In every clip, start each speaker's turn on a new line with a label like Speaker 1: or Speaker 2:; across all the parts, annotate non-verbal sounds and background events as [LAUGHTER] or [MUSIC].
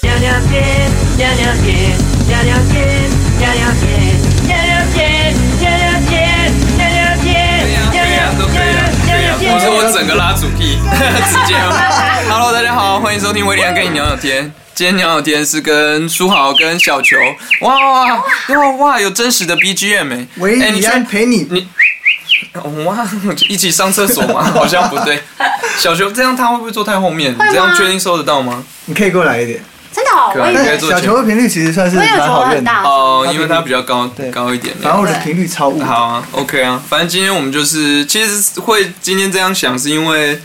Speaker 1: 天，聊聊天，聊聊天，聊聊天，聊聊天，聊聊天，聊聊天，
Speaker 2: 对呀
Speaker 1: 聊聊
Speaker 2: 对呀都可以啊
Speaker 1: 聊聊
Speaker 2: 对呀
Speaker 1: 天
Speaker 2: 我说我整个拉主屁， [LAUGHS] 直接。Hello，大家好，欢迎收听威廉跟你聊聊天。今天聊聊天是跟书豪跟小球，哇哇哇哇哇，有真实的 BGM 哎、
Speaker 3: 喂，
Speaker 2: 哎
Speaker 3: 李安陪你，
Speaker 2: 你哦哇，一起上厕所吗？
Speaker 3: [LAUGHS]
Speaker 2: 好像不对。小球这样他会不会坐太后面？你
Speaker 4: 吗
Speaker 2: 这样确定收得到吗？
Speaker 3: 你可以过来一点。
Speaker 4: 真的哦，
Speaker 2: 可
Speaker 4: 我以
Speaker 2: 应该
Speaker 3: 但
Speaker 4: 为
Speaker 2: 做
Speaker 3: 小球的频率其实算是
Speaker 4: 我也有
Speaker 3: 蛮
Speaker 4: 觉得我
Speaker 3: 好认
Speaker 4: 很
Speaker 3: 的，
Speaker 4: 大声，
Speaker 2: 哦，因为他比较高
Speaker 3: 对
Speaker 2: 高一点。
Speaker 3: 反正我的频率超五。
Speaker 2: 好啊，OK 啊，反正今天我们就是，其实会今天这样想，是因为，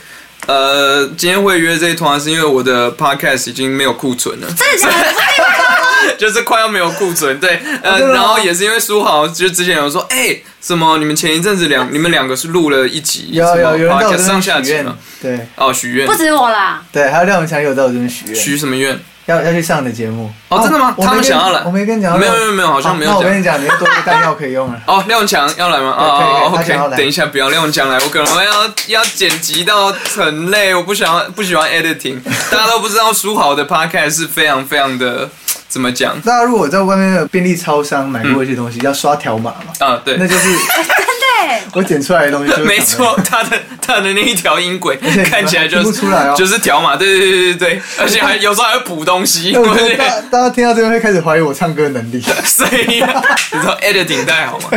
Speaker 2: 呃，今天会约这一团，是因为我的 podcast 已经没有库存了， [LAUGHS]
Speaker 4: 真的假的？
Speaker 2: 就是快要没有库存，对，呃，
Speaker 3: 真的吗
Speaker 2: 然后也是因为书豪，就之前有说，哎、什么你们前一阵子两你们两个是录了一集，
Speaker 3: 有
Speaker 2: 什么
Speaker 3: 有有人在我
Speaker 2: podcast
Speaker 3: 这
Speaker 2: 上
Speaker 3: 边
Speaker 2: 下
Speaker 3: 许
Speaker 2: 集
Speaker 3: 愿
Speaker 2: 吗？，
Speaker 3: 对
Speaker 2: 哦，许愿
Speaker 4: 不，止我啦，
Speaker 3: 对，还有廖永强有在我这边许愿，
Speaker 2: 许什么愿？
Speaker 3: 要要去上你的节目。
Speaker 2: 哦真的吗
Speaker 3: 我
Speaker 2: 他们
Speaker 3: 没跟
Speaker 2: 想要来
Speaker 3: 我没跟你讲，哦
Speaker 2: 没有没有没有好像没有
Speaker 3: 那我
Speaker 2: 讲
Speaker 3: 跟你讲，你有多个弹药可以用了。 [LAUGHS]
Speaker 2: 哦，廖永强要来吗？
Speaker 3: 对
Speaker 2: 哦
Speaker 3: 可以可以他想要
Speaker 2: ，OK，
Speaker 3: 来
Speaker 2: 等一下，不要廖永强来，我可能要要剪辑到很累，我不想要不喜欢 [LAUGHS] editing。大家都不知道书豪的 podcast 是非常非常的怎么讲
Speaker 3: 大家如果在外面的便利超商买过一些东西，要刷条码嘛，
Speaker 2: 啊？对 [LAUGHS]
Speaker 3: 那，就是
Speaker 4: [LAUGHS] 对，
Speaker 3: 我剪出来的东西就是。
Speaker 2: 没错，，他的他的那一条音
Speaker 3: [LAUGHS]
Speaker 2: 轨
Speaker 3: 而且
Speaker 2: 看起来就
Speaker 3: 听
Speaker 2: 是
Speaker 3: 不出来哦
Speaker 2: 就是条码，对对对对对，而且还有时候还会补东
Speaker 3: [LAUGHS]
Speaker 2: 西，
Speaker 3: 哎，我
Speaker 2: 我
Speaker 3: 觉
Speaker 2: [LAUGHS] 觉
Speaker 3: 得大
Speaker 2: 得
Speaker 3: 家大家听到这边会开始怀疑我唱歌的能力。
Speaker 2: 所以你说 editing 太好吗？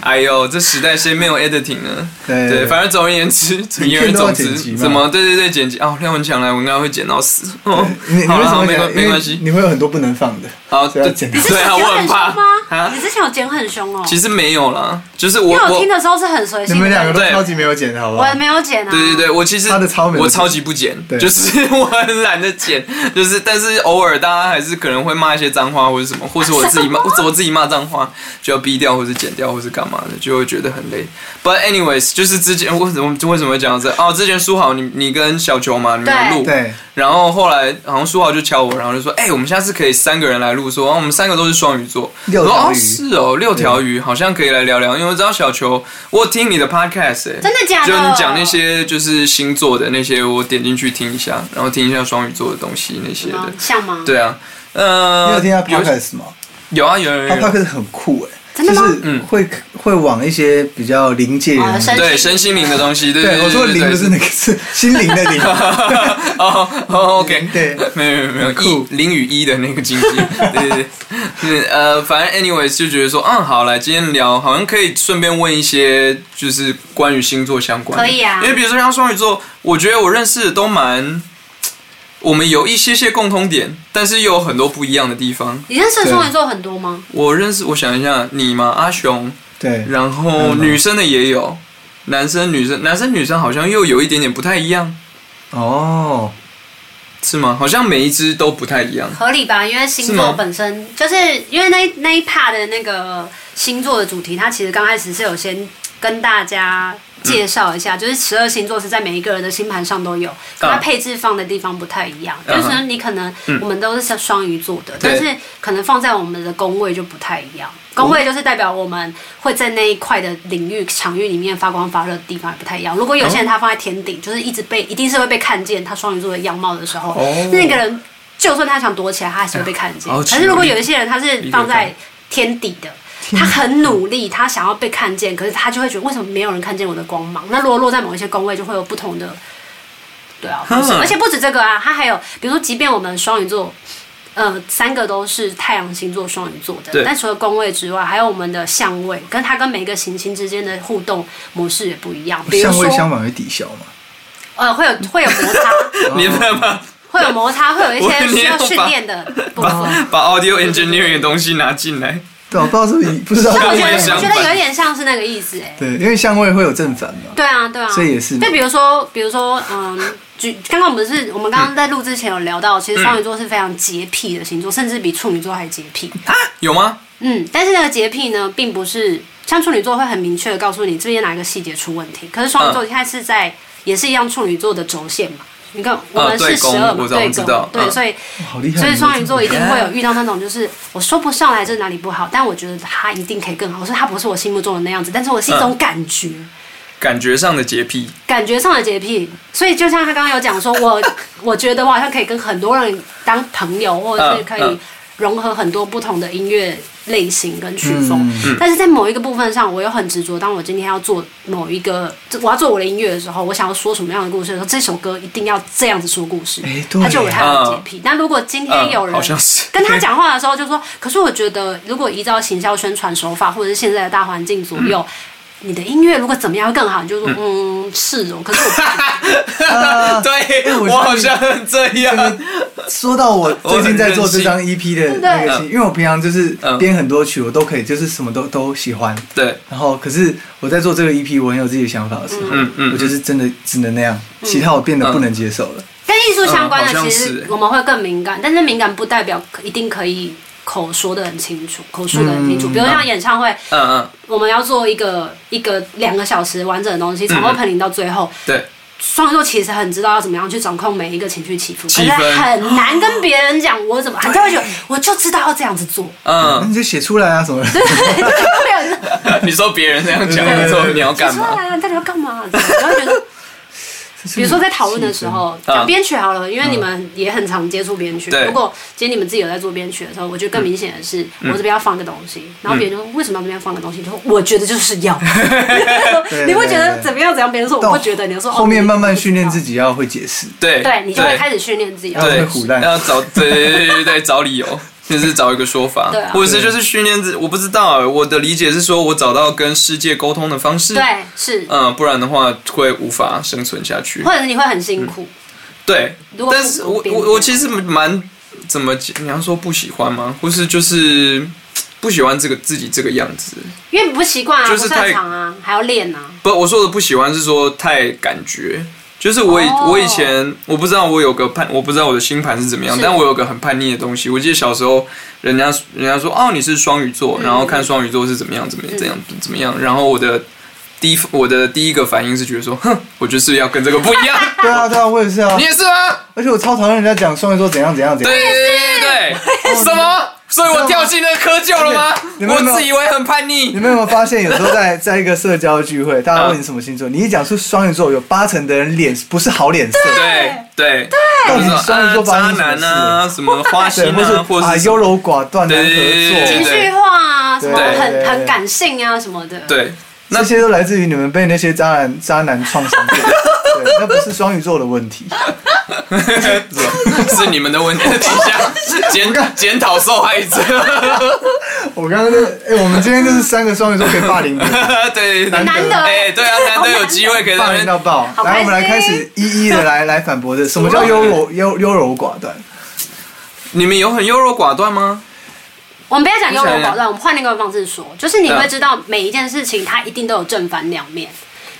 Speaker 2: 哎呦，这时代谁没有 editing 呢？
Speaker 3: 对
Speaker 2: 对，反正总而言之，总而
Speaker 3: 片都要
Speaker 2: 言
Speaker 3: 剪辑
Speaker 2: 之，
Speaker 3: 嘛
Speaker 2: 怎么对对对剪辑哦，廖文强来，我应该会剪到死。哦
Speaker 3: 你你为
Speaker 2: 好了
Speaker 3: 什
Speaker 2: 好
Speaker 3: 么
Speaker 2: 没
Speaker 3: 讲
Speaker 2: 关没关系
Speaker 3: 因为，你会有很多不能放的。
Speaker 2: 好
Speaker 3: 所以要
Speaker 2: 对
Speaker 3: 剪
Speaker 4: 你
Speaker 3: 掉
Speaker 4: 之
Speaker 2: 对
Speaker 4: 前
Speaker 2: 啊
Speaker 4: 有
Speaker 2: 我很
Speaker 4: 剪很凶
Speaker 2: 怕啊
Speaker 4: 吗？你之前有剪很凶哦？
Speaker 2: 其实没有啦，就是
Speaker 4: 因
Speaker 2: 我
Speaker 4: 为我
Speaker 2: 我
Speaker 4: 听的时候是很随
Speaker 3: 你
Speaker 4: 性
Speaker 3: 们两个
Speaker 4: 的，
Speaker 3: 都
Speaker 2: 对
Speaker 3: 超级没有剪的，好不
Speaker 4: 我
Speaker 3: 好
Speaker 4: 也？没有剪啊。
Speaker 2: 对对对，我其实
Speaker 3: 他的超美
Speaker 2: 我超级不剪，
Speaker 3: 对
Speaker 2: 就是 [LAUGHS] 我很懒得剪，就是但是偶尔大家还是可能会骂一些脏话或者什么，或是我自己骂，
Speaker 4: [LAUGHS]
Speaker 2: 或者我自己骂脏话就要逼掉，或是剪掉，或是干嘛的，就会觉得很累。But anyways，就是之前为什么为什么会讲到这？哦，之前书豪你你跟小球嘛，你们有录，
Speaker 3: 对，
Speaker 2: 然后后来好像书豪就敲我，然后就说：“哎、我们下次可以三个人来录，说、哦、我们三个都是双鱼座。”
Speaker 3: 六
Speaker 2: 我
Speaker 3: 条鱼
Speaker 2: 说哦，是哦，六条鱼好像可以来聊聊，因为我知道小球，我有听你的 podcast，、哎，
Speaker 4: 真的假的
Speaker 2: [LAUGHS] 就你讲那些就是星座的那些，我点进去听一下，然后听一下双鱼座的东西那些
Speaker 4: 什么
Speaker 2: 的。
Speaker 4: 嗯像吗？
Speaker 2: 对啊，呃，
Speaker 3: 你有听
Speaker 2: 有
Speaker 3: 他 podcast 吗？
Speaker 2: 有啊，有有
Speaker 3: 他
Speaker 2: 有有。
Speaker 3: podcast 很酷哎，
Speaker 4: 真的吗
Speaker 3: 就是
Speaker 2: 嗯
Speaker 3: 会会往一些比较临界人
Speaker 4: 哦
Speaker 3: 的
Speaker 4: 身
Speaker 2: 对身心灵的东西，对
Speaker 3: 对，
Speaker 2: 对
Speaker 3: 我说的
Speaker 2: 对
Speaker 3: 灵不是那个，是心灵的
Speaker 2: [LAUGHS]
Speaker 3: 灵。
Speaker 2: 哦哦，OK，
Speaker 3: 对
Speaker 2: 没有没有没有，一
Speaker 3: 酷
Speaker 2: 零与一的那个境界，对对对，呃，反正 anyways 就觉得说，嗯，好，来今天聊，好像可以顺便问一些就是关于星座相关的，
Speaker 4: 可以啊
Speaker 2: 因为比如说像双鱼座，我觉得我认识的都蛮，我们有一些些共通点，但是又有很多不一样的地方。
Speaker 4: 你认识的双鱼座很多吗？
Speaker 2: 我认识，我想一下，你嘛，阿雄，
Speaker 3: 对，
Speaker 2: 然后女生的也有，男生女生，男生女生好像又有一点点不太一样。
Speaker 3: 哦，
Speaker 2: 是吗？好像每一只都不太一样。
Speaker 4: 合理吧，因为星
Speaker 2: 是吗
Speaker 4: 座本身就是因为那一那一 part 的那个星座的主题，它其实刚开始是有先跟大家介绍一下，就是十二星座是在每一个人的星盘上都有，可
Speaker 2: 啊
Speaker 4: 它配置放的地方不太一样。
Speaker 2: 嗯
Speaker 4: 就是说你可能我们都是双鱼座的，
Speaker 2: 对
Speaker 4: 但是可能放在我们的宫位就不太一样。宫位就是代表我们会在那一块的领域、场域里面发光发热的地方也不太一样。如果有些人他放在天顶，就是一直被一定是会被看见他双鱼座的样貌的时候，
Speaker 2: 哦
Speaker 4: 那个人就算他想躲起来，他还是会被看见。
Speaker 2: 哎好奇
Speaker 4: 可是如果有一些人他是放在天底的。他很努力，他想要被看见，可是他就会觉得为什么没有人看见我的光芒？那如果落在某一些宫位，就会有不同的，对啊，方式
Speaker 2: 嗯
Speaker 4: 而且不止这个啊，他还有，比如说，即便我们双鱼座，呃，三个都是太阳星座双鱼座
Speaker 2: 对
Speaker 4: 的，但除了宫位之外，还有我们的相位，跟它跟每个行星之间的互动模式也不一样。比如
Speaker 3: 相
Speaker 4: 说
Speaker 3: 位，相反会抵消嘛？
Speaker 4: 呃，会有会有
Speaker 3: [LAUGHS]
Speaker 4: 摩擦，
Speaker 2: [LAUGHS] 你明白吗？
Speaker 4: 会有摩擦，会有一
Speaker 2: 我
Speaker 4: 些需要
Speaker 2: 没有
Speaker 4: 训
Speaker 2: 把
Speaker 4: 练的部分。
Speaker 2: 把把 audio engineering 的东西拿进来。
Speaker 3: 对，我不知道是不是不知道
Speaker 4: 但我
Speaker 3: 是
Speaker 4: 觉
Speaker 3: 不
Speaker 4: 得
Speaker 3: 是
Speaker 2: 相
Speaker 4: 我
Speaker 2: 反
Speaker 4: 觉得有一点像是那个意思哎、
Speaker 3: 对，因为相位会有正反嘛。
Speaker 4: 对啊，对啊，
Speaker 3: 这也是
Speaker 4: 就比如说，比如说，嗯，举刚刚我们是我们刚刚在录之前有聊到，
Speaker 3: 嗯
Speaker 4: 其实双鱼座是非常洁癖的星座，甚至比处女座还洁癖。
Speaker 3: 啊
Speaker 2: 有吗？
Speaker 4: 嗯，但是那个洁癖呢，并不是像处女座会很明确的告诉你这边哪一个细节出问题，可是双鱼座它是在、也是一样处女座的轴线嘛。你看，我们
Speaker 2: 啊对
Speaker 4: 是十二
Speaker 2: 宫
Speaker 4: 嘛
Speaker 2: 我，
Speaker 4: 对
Speaker 2: 知道
Speaker 4: 宫，对，
Speaker 2: 嗯
Speaker 4: 所以
Speaker 3: 哇好厉害！
Speaker 4: 所以
Speaker 3: 你
Speaker 4: 双鱼座一定会有
Speaker 2: Yeah
Speaker 4: 遇到那种，就是我说不上来这哪
Speaker 2: 啊
Speaker 4: 里不好，但我觉得他一定可以更好。我说他不是我心目中的那样子，但是我是一种感觉。
Speaker 2: 感觉上的洁癖，
Speaker 4: 感觉上的洁癖，所以就像他刚刚有讲说，
Speaker 2: [LAUGHS]
Speaker 4: 我我觉得我好像可以跟很多人当朋友，或者是可
Speaker 2: 嗯嗯
Speaker 4: 以融合很多不同的音乐类型跟曲风。
Speaker 3: 嗯
Speaker 2: 嗯
Speaker 4: 但是在某一个部分上，我又很执着。当我今天要做某一个，我要做我的音乐的时候，我想要说什么样的故事的时候，这首歌一定要这样子说故事
Speaker 3: 哎，对
Speaker 4: 它就有它的洁癖。那如果今天
Speaker 2: 嗯，
Speaker 4: 有人
Speaker 2: 好像是
Speaker 4: 跟他讲话的时候就说，可是我觉得如果依照行销宣传手法或者是现在的大环境左右，
Speaker 2: 嗯
Speaker 4: 你的音乐如果怎么样会更好，你就说嗯是哦，可是我
Speaker 3: 啊
Speaker 2: [LAUGHS] 对，
Speaker 3: 我
Speaker 2: 我好像很这样。
Speaker 3: 说到我最近在做这张 EP 的那个戏，因为我平常就是
Speaker 2: 嗯
Speaker 3: 编很多曲，我都可以，就是什么都都喜欢。
Speaker 2: 对，
Speaker 3: 然后，可是我在做这个 EP，我很有自己的想法的时候，
Speaker 2: 嗯嗯
Speaker 3: 我就是真的只能那样，其他我变得不能接受了。
Speaker 4: 跟艺术相关
Speaker 2: 嗯
Speaker 4: 的，
Speaker 2: 好像
Speaker 4: 其
Speaker 2: 是
Speaker 4: 实我们会更敏感，但是敏感不代表一定可以口说的很清楚，口述的很清楚。
Speaker 3: 嗯
Speaker 4: 比如像演唱会，
Speaker 2: 嗯嗯，
Speaker 4: 我们要做一个一个两个小时完整的东西，从
Speaker 2: 嗯
Speaker 4: opening 到最后，
Speaker 2: 对，
Speaker 4: 双鱼座其实很知道要怎么样去掌控每一个情绪起伏，可
Speaker 2: 气
Speaker 4: 是
Speaker 2: 氛
Speaker 4: 很难跟别人讲我怎么，很多人就我就知道要这样子做，
Speaker 3: 那
Speaker 2: 嗯， [LAUGHS]
Speaker 3: 你就写出来啊什么的。
Speaker 4: [LAUGHS] 没有人
Speaker 2: 你说别人那样讲
Speaker 3: 对对
Speaker 2: 的时候，
Speaker 3: 对对
Speaker 2: 你要
Speaker 4: 写
Speaker 2: 干
Speaker 4: 出来
Speaker 2: 嘛？
Speaker 4: 啊，你到底要干嘛？然后觉
Speaker 2: [LAUGHS]
Speaker 4: 得，比如说在讨论的时候，
Speaker 2: 嗯
Speaker 4: 讲编曲好了，因为你们也很常接触编曲。
Speaker 2: 对嗯
Speaker 4: 如果今天你们自己有在做编曲的时候，我觉得更明显的是，我这边要放个东西，然后别人就说为什么要这边放个东西？你就说我觉得就是
Speaker 2: [LAUGHS]
Speaker 4: 要， [LAUGHS]
Speaker 3: 对
Speaker 4: 你会觉得怎么样？怎样？别人说
Speaker 3: 但
Speaker 4: 我不觉得，你就说
Speaker 3: 后面慢慢训练自
Speaker 4: 己，
Speaker 3: 己要会解释，
Speaker 2: 对
Speaker 4: 对你就会开始训练自己。
Speaker 3: 要
Speaker 2: 对
Speaker 3: 会胡乱
Speaker 2: 要找对对对对对找理
Speaker 4: [LAUGHS]
Speaker 2: 由。就是找一个说法，
Speaker 4: 对啊
Speaker 2: 或者是就是训练自，我不知道、啊我的理解是说，我找到跟世界沟通的方式，
Speaker 4: 对，是，
Speaker 2: 嗯，不然的话会无法生存下去。
Speaker 4: 或者你会很辛苦。
Speaker 2: 嗯对
Speaker 4: 如，果
Speaker 2: 但是
Speaker 4: 不
Speaker 2: 我
Speaker 4: 不
Speaker 2: 我我其实蛮怎么讲你要说不喜欢吗？或是就是不喜欢这个自己这个样子？
Speaker 4: 因为你不习惯啊，
Speaker 2: 就
Speaker 4: 不
Speaker 2: 是
Speaker 4: 擅
Speaker 2: 太
Speaker 4: 长啊，还要练啊。
Speaker 2: 不，我说的不喜欢是说太感觉，就是我以、
Speaker 4: 哦
Speaker 2: 我以前我不知道我有个叛，我不知道我的星盘是怎么样，
Speaker 4: 是
Speaker 2: 但我有个很叛逆的东西。我记得小时候人家人家说哦你是双鱼座，
Speaker 4: 嗯
Speaker 2: 然后看双鱼座是怎么样怎么样怎样怎么样，然后我的。第一，我的第一个反应是觉得说，哼，我就是要跟这个不
Speaker 4: [LAUGHS]
Speaker 2: 一样。
Speaker 3: 对啊对啊，我也是啊
Speaker 2: 你，也是吗？
Speaker 3: 而且我超讨厌人家讲双鱼座怎样怎样怎样
Speaker 2: 对。对对对，什么？所以我掉进那个窠臼了吗？
Speaker 3: 哦你们有没有
Speaker 2: 我自以为很叛逆
Speaker 3: 你。们有没有发现，有时候在 [LAUGHS] 在一个社交聚会，大家问你什么星座，你一讲出双鱼座，有八成的人脸不是好脸色，
Speaker 2: 对对
Speaker 3: 到
Speaker 2: 对
Speaker 3: 底双鱼座发
Speaker 2: 渣
Speaker 3: 生什么
Speaker 2: 男
Speaker 3: 事
Speaker 2: 啊，什么花心
Speaker 3: 对，或
Speaker 2: 啊，或
Speaker 3: 是啊
Speaker 2: 者
Speaker 3: 优柔寡断、
Speaker 2: 对
Speaker 3: 难合
Speaker 2: 对对
Speaker 4: 情
Speaker 3: 作，
Speaker 2: 对
Speaker 4: 绪化啊，什么
Speaker 2: 对
Speaker 4: 很很
Speaker 3: 对
Speaker 4: 感性啊，什么的。
Speaker 2: 对，
Speaker 3: 那些都来自于你们被那些渣男渣男创伤过。对，那不是双鱼座的问题。
Speaker 2: 是你们的问
Speaker 3: [LAUGHS]
Speaker 2: 题。等一下，检检讨受害者。 [LAUGHS]
Speaker 3: 我刚刚就，哎，我们今天就是三个双鱼座可以霸凌
Speaker 4: [LAUGHS]
Speaker 3: 你，
Speaker 2: 对，
Speaker 3: 难
Speaker 4: 难得
Speaker 2: 哎，
Speaker 3: [LAUGHS]
Speaker 2: 对啊，难得有机会给他
Speaker 3: 霸凌到
Speaker 2: 们。
Speaker 3: 爆。
Speaker 4: 好开
Speaker 3: 来，我
Speaker 4: 心
Speaker 3: 们来开始一一的来来反驳这，什么叫优柔优优柔寡断？
Speaker 2: 你们有很优柔寡断吗？
Speaker 4: 我们不要讲优柔寡断，我们换另一个方式说，就是
Speaker 2: 啊
Speaker 4: 你会知道每一件事情它一定都有正反两面。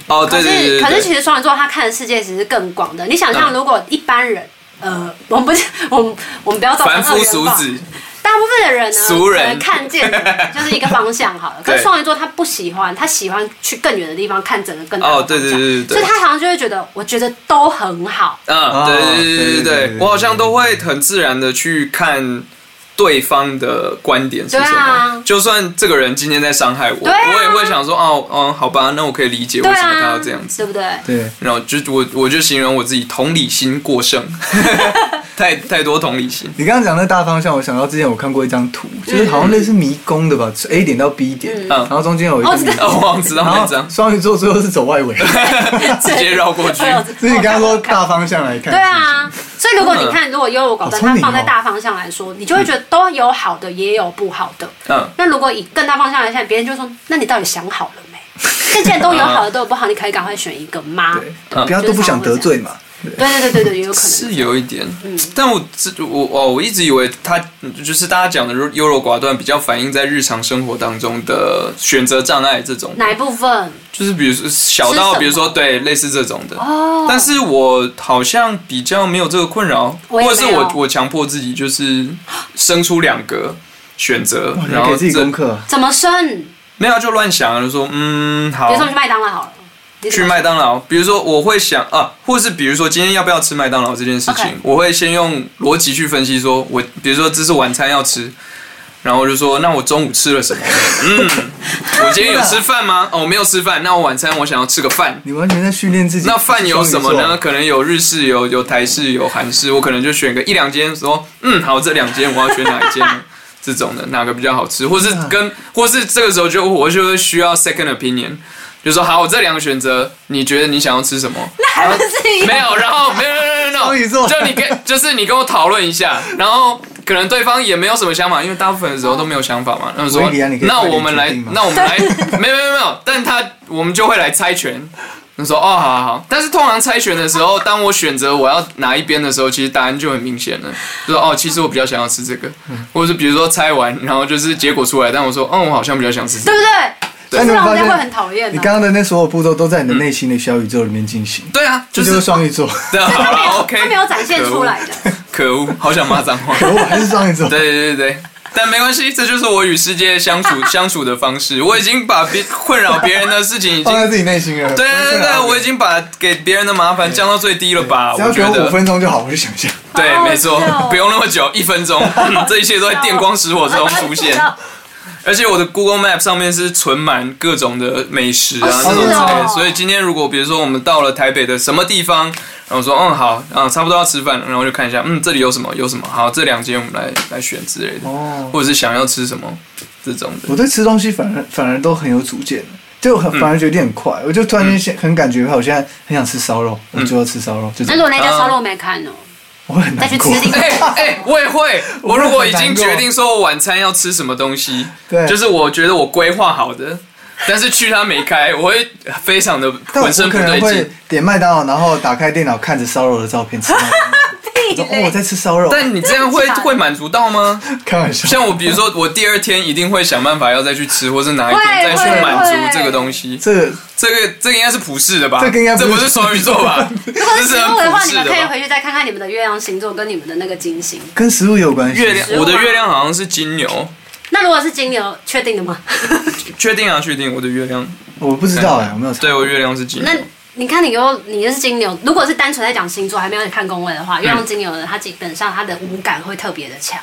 Speaker 2: 哦，对
Speaker 4: 可是，
Speaker 2: 对对
Speaker 4: 可是其
Speaker 2: 对，
Speaker 4: 实双鱼座他看的世界其实更广的。你想象，
Speaker 2: 嗯
Speaker 4: 如果一般人，呃，我们不是， [LAUGHS] 我们我们不要造
Speaker 2: 凡
Speaker 4: 成二
Speaker 2: 夫
Speaker 4: 元
Speaker 2: 俗
Speaker 4: 化。
Speaker 2: 子。
Speaker 4: 大部分的人呢，
Speaker 2: 俗人
Speaker 4: 可能看见的就是一个方向好
Speaker 2: [LAUGHS]
Speaker 4: 了。可
Speaker 2: 对
Speaker 4: 是双鱼座他不喜欢，他喜欢去更远的地方看整个更大的
Speaker 2: 哦，
Speaker 4: 方向
Speaker 2: 对对对对
Speaker 4: 所以
Speaker 2: 对。
Speaker 4: 他好像就会觉得，我觉得都很好。
Speaker 2: 嗯，对对对对
Speaker 3: 对对
Speaker 2: 对
Speaker 3: 对
Speaker 2: 对，我好像都会很自然的去看对方的观点是什
Speaker 4: 对
Speaker 2: 么
Speaker 4: 啊。
Speaker 2: 就算这个人今天在伤害我，
Speaker 4: 对啊
Speaker 2: 我也会想说，哦，哦，好吧，那我可以理解为
Speaker 4: 对
Speaker 2: 什么他
Speaker 4: 啊
Speaker 2: 要，这样子。
Speaker 4: 对不对？啊
Speaker 3: 对，
Speaker 2: 然后就我我就形容我自己同理心过
Speaker 4: [LAUGHS]
Speaker 2: 剩，太太多同理心。
Speaker 3: 你刚刚讲那大方向，我想到之前我看过一张图，就是好像类似迷宫的吧，A 点到 B 点，
Speaker 4: 嗯
Speaker 3: 然后中间有一个
Speaker 4: 哦知
Speaker 3: 迷
Speaker 4: 道
Speaker 2: 哦，
Speaker 3: 宫，
Speaker 2: 我好像知道
Speaker 3: 然
Speaker 2: 那
Speaker 3: 后
Speaker 2: 张，
Speaker 3: 双鱼座最后是走
Speaker 4: [LAUGHS]
Speaker 3: 外围，
Speaker 2: 直接绕过去
Speaker 4: 哎。呦
Speaker 3: 所以你刚刚说
Speaker 4: 我看
Speaker 3: 大方向来看，
Speaker 4: 对啊，所以如果你看，如果优柔寡断，
Speaker 3: 好聪
Speaker 4: 它
Speaker 3: 明哦
Speaker 4: 放在大方向来说，你就会觉得都有好的，也有不好的。
Speaker 2: 嗯，
Speaker 4: 那如果以更大方向来看，别人就说：“那你到底想好了没？
Speaker 3: [LAUGHS]
Speaker 4: 那既然都有好的，都有不好，你可以赶快选一个吗
Speaker 3: 是不是，对，
Speaker 2: 嗯
Speaker 3: 不要都不想得罪嘛，？”
Speaker 4: 对对对对对，也有可能。
Speaker 2: 是有一点，
Speaker 4: 嗯
Speaker 2: 但我自我哦，我一直以为他就是大家讲的优柔寡断，比较反映在日常生活当中的选择障碍这种。
Speaker 4: 哪一部分？
Speaker 2: 就是比如说小
Speaker 4: 吃什
Speaker 2: 到
Speaker 4: 么
Speaker 2: 比如说对类似这种的，
Speaker 4: 哦
Speaker 2: 但是我好像比较没有这个困扰，或
Speaker 4: 我也没
Speaker 2: 者
Speaker 4: 有
Speaker 2: 是我我强迫自己就是生出两个选择
Speaker 3: 哇，，你
Speaker 2: 然
Speaker 3: 还
Speaker 2: 后
Speaker 3: 给自己
Speaker 2: 这
Speaker 3: 功课啊，
Speaker 4: 怎么生？比
Speaker 2: 没有啊就乱想，就说嗯好
Speaker 4: 如说去麦当劳好了，你怎
Speaker 2: 去
Speaker 4: 么
Speaker 2: 麦当劳，比如说我会想啊，或是比如说今天要不要吃麦当劳这件事情
Speaker 4: OK
Speaker 2: 我会先用逻辑去分析说我比如说这是晚餐要吃。然后我就说，那我中午吃了什么？嗯，我今天有吃饭吗？哦，我没有吃饭。那我晚餐我想要吃个饭。
Speaker 3: 你完全在训练自己。
Speaker 2: 那饭有什么呢？可能有日式，有有台式，有韩式。我可能就选个一两间，说，嗯，好，这两间我要选哪一间呢？这种的哪个比较好吃，或是
Speaker 3: 嗯
Speaker 2: 跟，或是这个时候就我就会需要 second opinion。就说好，我这两个选择，你觉得你想要吃什么？
Speaker 4: 那还不 [LAUGHS] 是
Speaker 3: [LAUGHS]
Speaker 4: 一样
Speaker 2: 没有，然后没有，没有，
Speaker 3: 双
Speaker 2: 没
Speaker 3: 鱼
Speaker 2: 有，
Speaker 3: 座
Speaker 2: 就你跟，就是你跟我讨论一下，然后可能对方也没有什么想法，因为大部分的时候都没有想法嘛。然后说
Speaker 3: 维里安你，可以
Speaker 2: 那
Speaker 3: 快点
Speaker 2: 我们来
Speaker 3: 决定吗，
Speaker 2: 那我们来，没有，没有，没有，但他我们就会来猜拳。你说哦，好好好，但是通常猜拳的时候，当我选择我要哪一边的时候，其实答案就很明显了，就说哦，其实我比较想要吃这个，或者是比如说猜完，然后就是结果出来，但我说，嗯，我好像比较想吃这个
Speaker 4: 对。不对？
Speaker 3: 但你
Speaker 4: 这让
Speaker 3: 发
Speaker 4: 人
Speaker 3: 现
Speaker 4: 家会很讨厌啊
Speaker 3: 你
Speaker 4: 的。
Speaker 3: 刚刚的那所有步骤都在你的内心的小宇宙里面进行，
Speaker 2: 对啊，
Speaker 3: 这
Speaker 2: 就
Speaker 3: 就是
Speaker 2: 是
Speaker 3: 双鱼座。
Speaker 2: [LAUGHS] 对，
Speaker 4: 他没
Speaker 2: 好
Speaker 4: 有，
Speaker 2: 哦，OK，
Speaker 4: 他没有展现出来的。
Speaker 2: 可恶，好想骂脏话。
Speaker 3: 可我还是双鱼座。
Speaker 2: 对 [LAUGHS] 对对对，但没关系，这就是我与世界相
Speaker 3: [LAUGHS]
Speaker 2: 处相处的方式。我已经把别困扰别人的事情已经
Speaker 3: 放，在自己内心了。
Speaker 2: 对对对对，我已经把给别人的麻烦降到最低了吧？
Speaker 3: 啊只要
Speaker 2: 我
Speaker 3: 给
Speaker 2: 觉
Speaker 3: 我五
Speaker 2: 得。
Speaker 3: 分钟就好，我就想象。
Speaker 2: 对，
Speaker 4: 好好
Speaker 2: 没错
Speaker 4: 笑哦，
Speaker 2: 不用那么久，一分
Speaker 3: [LAUGHS]
Speaker 2: 钟，嗯这一切都在电光石火中出
Speaker 3: 哦
Speaker 2: 现。而且我的 Google Map 上面是存满各种的美食啊，
Speaker 4: 哦
Speaker 2: 那种之
Speaker 4: 是哦
Speaker 2: 类的。所以今天如果比如说我们到了台北的什么地方，然后说嗯好，啊差不多要吃饭了，然后就看一下，嗯这里有什么有什么，好这两间我们来来选之类的，
Speaker 3: 哦，
Speaker 2: 或者是想要吃什么这种的。
Speaker 3: [LAUGHS] 我对吃东西反而反而都很有主见，就很
Speaker 2: 嗯
Speaker 3: 反而决定很快。我就突然间想很感觉到我现在很想吃烧肉，
Speaker 2: 嗯
Speaker 3: 我就要吃烧肉，就这样
Speaker 4: [LAUGHS] 那如果那家烧肉没看哦，
Speaker 3: 我会很难过
Speaker 4: 再去吃。
Speaker 2: 哎哎，我也会。我如果已经
Speaker 3: 我会很难过
Speaker 2: 决定说我晚餐要吃什么东西，
Speaker 3: 对
Speaker 2: 就是我觉得我规划好的，但是去他没开，我会非常的
Speaker 3: 但我
Speaker 2: 浑身不
Speaker 3: 可
Speaker 2: 对
Speaker 3: 能
Speaker 2: 劲
Speaker 3: 会。点麦当劳，然后打开电脑看着烧肉的照片吃麦当劳。我说哦，我在吃烧肉。
Speaker 2: 但你这样会会满足到吗？
Speaker 3: 开玩
Speaker 2: [LAUGHS]
Speaker 3: 笑，
Speaker 2: 像我，比如说我第二天一定会想办法要再去吃，或是哪一天再
Speaker 4: 会
Speaker 2: 去满
Speaker 4: 会
Speaker 2: 足这个东西。
Speaker 3: 这个
Speaker 2: 这个这个应该是普世的吧？
Speaker 3: 这个应该不
Speaker 2: 这
Speaker 3: 是
Speaker 2: 不是双鱼座吧？
Speaker 4: [LAUGHS] 如果
Speaker 2: 这
Speaker 4: 是食
Speaker 2: 是
Speaker 4: 物的
Speaker 2: 很普
Speaker 4: 话，你
Speaker 2: 世
Speaker 4: 们
Speaker 2: 的
Speaker 4: 可以
Speaker 2: 吧？
Speaker 4: 回去再看看你们的月亮星座跟你们的那个金星。
Speaker 3: 跟食物有关系。
Speaker 2: 月亮
Speaker 4: 食，物啊
Speaker 2: 我的月亮好像是金牛，
Speaker 4: 那如果是金牛，确定的吗？ [LAUGHS]
Speaker 2: 确定啊，确定我的月亮，
Speaker 3: 我不知道哎，我没有查。
Speaker 2: 对我月亮是金牛
Speaker 4: 那。你看，你给我，你就是金牛。如果是单纯在讲星座，还没有看宫位的话，月
Speaker 2: 嗯
Speaker 4: 亮金牛的他基本上他的五感会特别的强。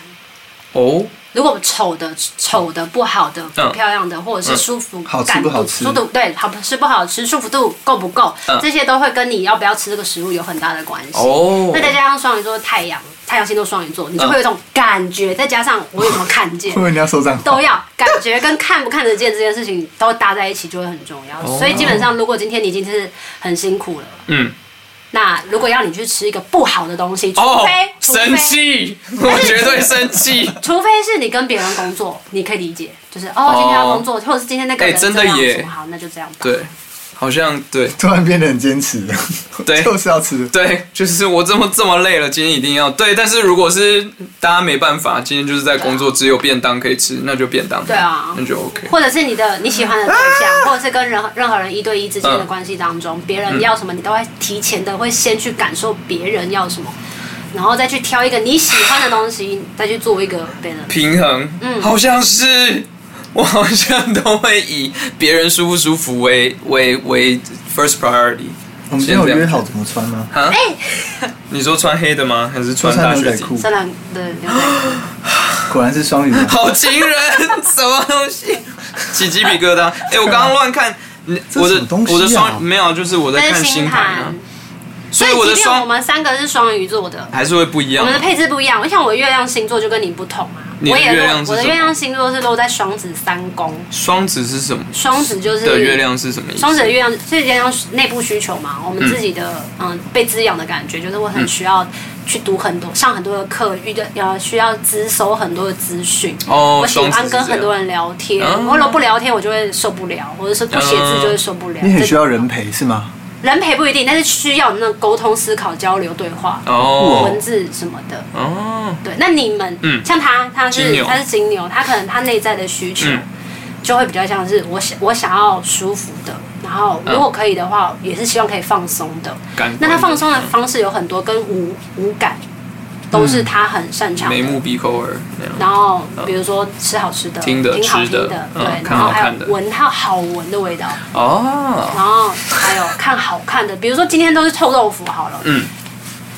Speaker 2: 哦，
Speaker 4: 如果丑的、丑的、不好的、
Speaker 2: 嗯
Speaker 4: 不漂亮的，或者是舒服
Speaker 3: 好吃
Speaker 4: 感
Speaker 3: 不
Speaker 4: 度、
Speaker 3: 好吃
Speaker 4: 舒服对好吃不好吃、舒服度够不够，
Speaker 2: 嗯
Speaker 4: 这些都会跟你要不要吃这个食物有很大的关系。
Speaker 2: 哦
Speaker 4: 那再加上双鱼座太阳，太阳星座双鱼座，你就会有一种感觉，再加上我有没有看见
Speaker 3: 会不，会你要手掌？
Speaker 4: 都要感觉跟看不看得见这件事情都搭在一起，就会很重要。
Speaker 2: 哦
Speaker 4: 所以基本上，如果今天你已经是很辛苦了，
Speaker 2: 嗯，
Speaker 4: 那如果要你去吃一个不好的东西，除
Speaker 2: 哦
Speaker 4: 非，除
Speaker 2: 生
Speaker 4: 非
Speaker 2: 气， [LAUGHS] 我绝对生气。
Speaker 4: 除非是你跟别人工作，你可以理解，就是哦，今天要工作，或者是今天那个
Speaker 2: 哎
Speaker 4: 人
Speaker 2: 真的
Speaker 4: 这样
Speaker 2: 耶
Speaker 4: 什么好，那就这样吧。
Speaker 2: 对，好像对
Speaker 3: 突然变得很坚持，
Speaker 2: 对
Speaker 3: 就是要吃。
Speaker 2: 对，就是我这么这么累了，今天一定要对。但是如果是大家没办法，今天就是在工作，只有便当可以吃，那就便当。
Speaker 4: 啊对啊
Speaker 2: 那就 OK。
Speaker 4: 或者是你的你喜欢的对
Speaker 2: [LAUGHS]
Speaker 4: 象，或者是跟任何任何人一对一之间的关系当
Speaker 2: 嗯
Speaker 4: 中，别人要什么，你都会提前的会先去感受别人要什么，然后再去挑一个你喜欢的东西，再去做一个别人。
Speaker 2: 平衡，嗯，好像是，我好像都会以别人舒不舒服为为为 first priority。
Speaker 3: 我们今天有约好怎么穿吗？
Speaker 2: 啊？
Speaker 4: 哎
Speaker 2: 你说穿黑的吗？还是
Speaker 3: 都
Speaker 2: 穿大
Speaker 3: 穿牛
Speaker 2: 学
Speaker 3: 仔
Speaker 2: 底？
Speaker 3: 裤，
Speaker 4: 真的对，牛仔裤
Speaker 3: 果然是双鱼男。
Speaker 2: 好情人，什么东西？起鸡皮疙瘩。哎、我刚刚乱看，你
Speaker 3: 这
Speaker 2: 我
Speaker 3: 是什
Speaker 2: 的
Speaker 3: 么东西啊
Speaker 2: 我的双没有，就是我在
Speaker 4: 这
Speaker 2: 看
Speaker 4: 是星
Speaker 2: 盘啊
Speaker 4: 盘。，
Speaker 2: 所以我
Speaker 4: 即
Speaker 2: 的
Speaker 4: 便我
Speaker 2: 双
Speaker 4: 们三个是双鱼座的，
Speaker 2: 还是会不一样
Speaker 4: 我们。的配置不一样。我想我月亮星座就跟你不同啊，
Speaker 2: 你的
Speaker 4: 我也
Speaker 2: 月亮是
Speaker 4: 落我的
Speaker 2: 什么
Speaker 4: 月亮星座是落在双子三宫，
Speaker 2: 双子是什么？
Speaker 4: 双子就是
Speaker 2: 的月。亮是什么意思？
Speaker 4: 双子的月亮是月亮内部需求嘛，我们自己的嗯被滋养的感觉，就是我很需要去读很多、上很多的课，遇到要需要资收很多的资讯。
Speaker 2: 哦，
Speaker 4: 我喜
Speaker 2: 双子
Speaker 4: 欢
Speaker 2: 是这
Speaker 4: 跟
Speaker 2: 样
Speaker 4: 很多人聊天，
Speaker 2: 哦
Speaker 4: 我如果不聊天我就会受不了，或者是不写
Speaker 2: 嗯
Speaker 4: 字就会受不了。
Speaker 3: 你很
Speaker 4: 这
Speaker 3: 需要人陪是吗？
Speaker 4: 人陪不一定，但是需要那种沟通、思考、交流、对话、文
Speaker 2: 哦
Speaker 4: 字什么的。
Speaker 2: 哦，
Speaker 4: 对，那你们，
Speaker 2: 嗯
Speaker 4: 像他，他
Speaker 2: 金
Speaker 4: 是
Speaker 2: 牛
Speaker 4: 他是金牛，他可能他内在的需求
Speaker 2: 嗯
Speaker 4: 就会比较像是我想我想要舒服的，然后
Speaker 2: 嗯
Speaker 4: 如果可以的话，也是希望可以放松的。
Speaker 2: 感官
Speaker 4: 那他放松的方式有很多，跟无无感都是他很擅长
Speaker 2: 嗯眉
Speaker 4: 的。
Speaker 2: 目鼻口耳那样。
Speaker 4: 然后，比如说吃好吃的，
Speaker 2: 听的
Speaker 4: 好
Speaker 2: 吃
Speaker 4: 听
Speaker 2: 的
Speaker 4: 的，
Speaker 2: 嗯
Speaker 4: 对，
Speaker 2: 看
Speaker 4: 然后
Speaker 2: 好
Speaker 4: 还
Speaker 2: 看的
Speaker 4: 有闻到好闻的味道，
Speaker 2: 哦，
Speaker 4: 然后还有看好看的，比如说今天都是臭豆腐好了，
Speaker 2: 嗯，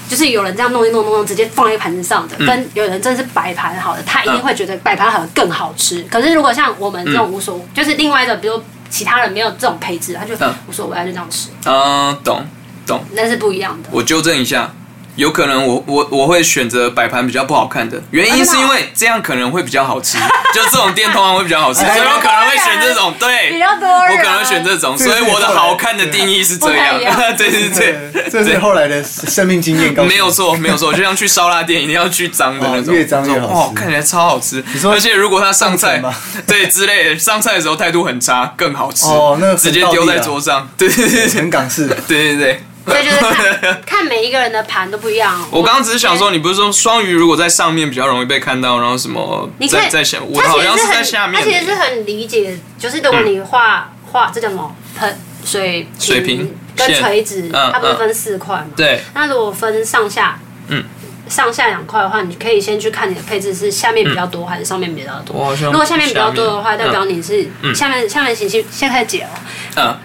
Speaker 4: 就是有人这样弄一弄弄弄，直接放在盘子上的，跟有人真的是摆盘好的，他一定会觉得摆盘好的更好吃。
Speaker 2: 嗯
Speaker 4: 可是如果像我们这种无所，就是另外一个，比如其他人没有这种配置，他就
Speaker 2: 嗯
Speaker 4: 无所谓，他就这样吃，
Speaker 2: 嗯，懂懂。
Speaker 4: 那是不一样的。
Speaker 2: 我纠正一下，有可能我我我会选择摆盘比较不好看的，原因是因为这样可能会比较好吃，
Speaker 4: [LAUGHS]
Speaker 2: 就这种店通常会比较好吃，所以我可能会选这种，对，
Speaker 4: 哎比较多
Speaker 2: 我
Speaker 4: 人
Speaker 2: 可能会选这种，所以我的好看的定义是这样
Speaker 4: 不太一，样
Speaker 2: [LAUGHS] 对对对，
Speaker 3: 这是后来的生命经验告诉我。
Speaker 2: 没有错，没有错，就像去烧腊店一定要去脏的那种，
Speaker 3: 哦越脏越好吃
Speaker 2: 哦，看起来超好吃。
Speaker 3: 说
Speaker 2: 而且如果他上菜
Speaker 3: 上层吗，
Speaker 2: [LAUGHS] 对之类的，上菜的时候态度很差，更好吃。
Speaker 3: 哦那个很
Speaker 2: 直接丢在桌上， [LAUGHS] 对对对对
Speaker 3: 很港式的，
Speaker 2: 对对
Speaker 4: 所以就是
Speaker 2: 对。
Speaker 4: 看看每一个人的盘都不一样。
Speaker 2: [LAUGHS] 我刚刚只是想说，，你不是说双鱼如果在上面比较容易被看到，然后什么
Speaker 4: 你可
Speaker 2: 在
Speaker 4: 以
Speaker 2: 在下，我
Speaker 4: 他
Speaker 2: 好
Speaker 4: 其实
Speaker 2: 像
Speaker 4: 是
Speaker 2: 是
Speaker 4: 很，
Speaker 2: 在下面
Speaker 4: 他其实是
Speaker 2: 的。
Speaker 4: 很理解，就是如果你画画这叫什么盆水平
Speaker 2: 嗯水平
Speaker 4: 跟
Speaker 2: 线
Speaker 4: 垂直，
Speaker 2: 嗯
Speaker 4: 它不是
Speaker 2: 嗯
Speaker 4: 分四块吗？
Speaker 2: 对，
Speaker 4: 那如果分上下，
Speaker 2: 嗯，
Speaker 4: 上下两块的话，你可以先去看你的配置是下面比较多还是上面比较
Speaker 2: 我
Speaker 4: 多。
Speaker 2: 好像
Speaker 4: 如果下面比较多的话，
Speaker 2: 下面
Speaker 4: 代表你是
Speaker 2: 嗯
Speaker 4: 下面下面行星现在开始解了，
Speaker 2: 嗯，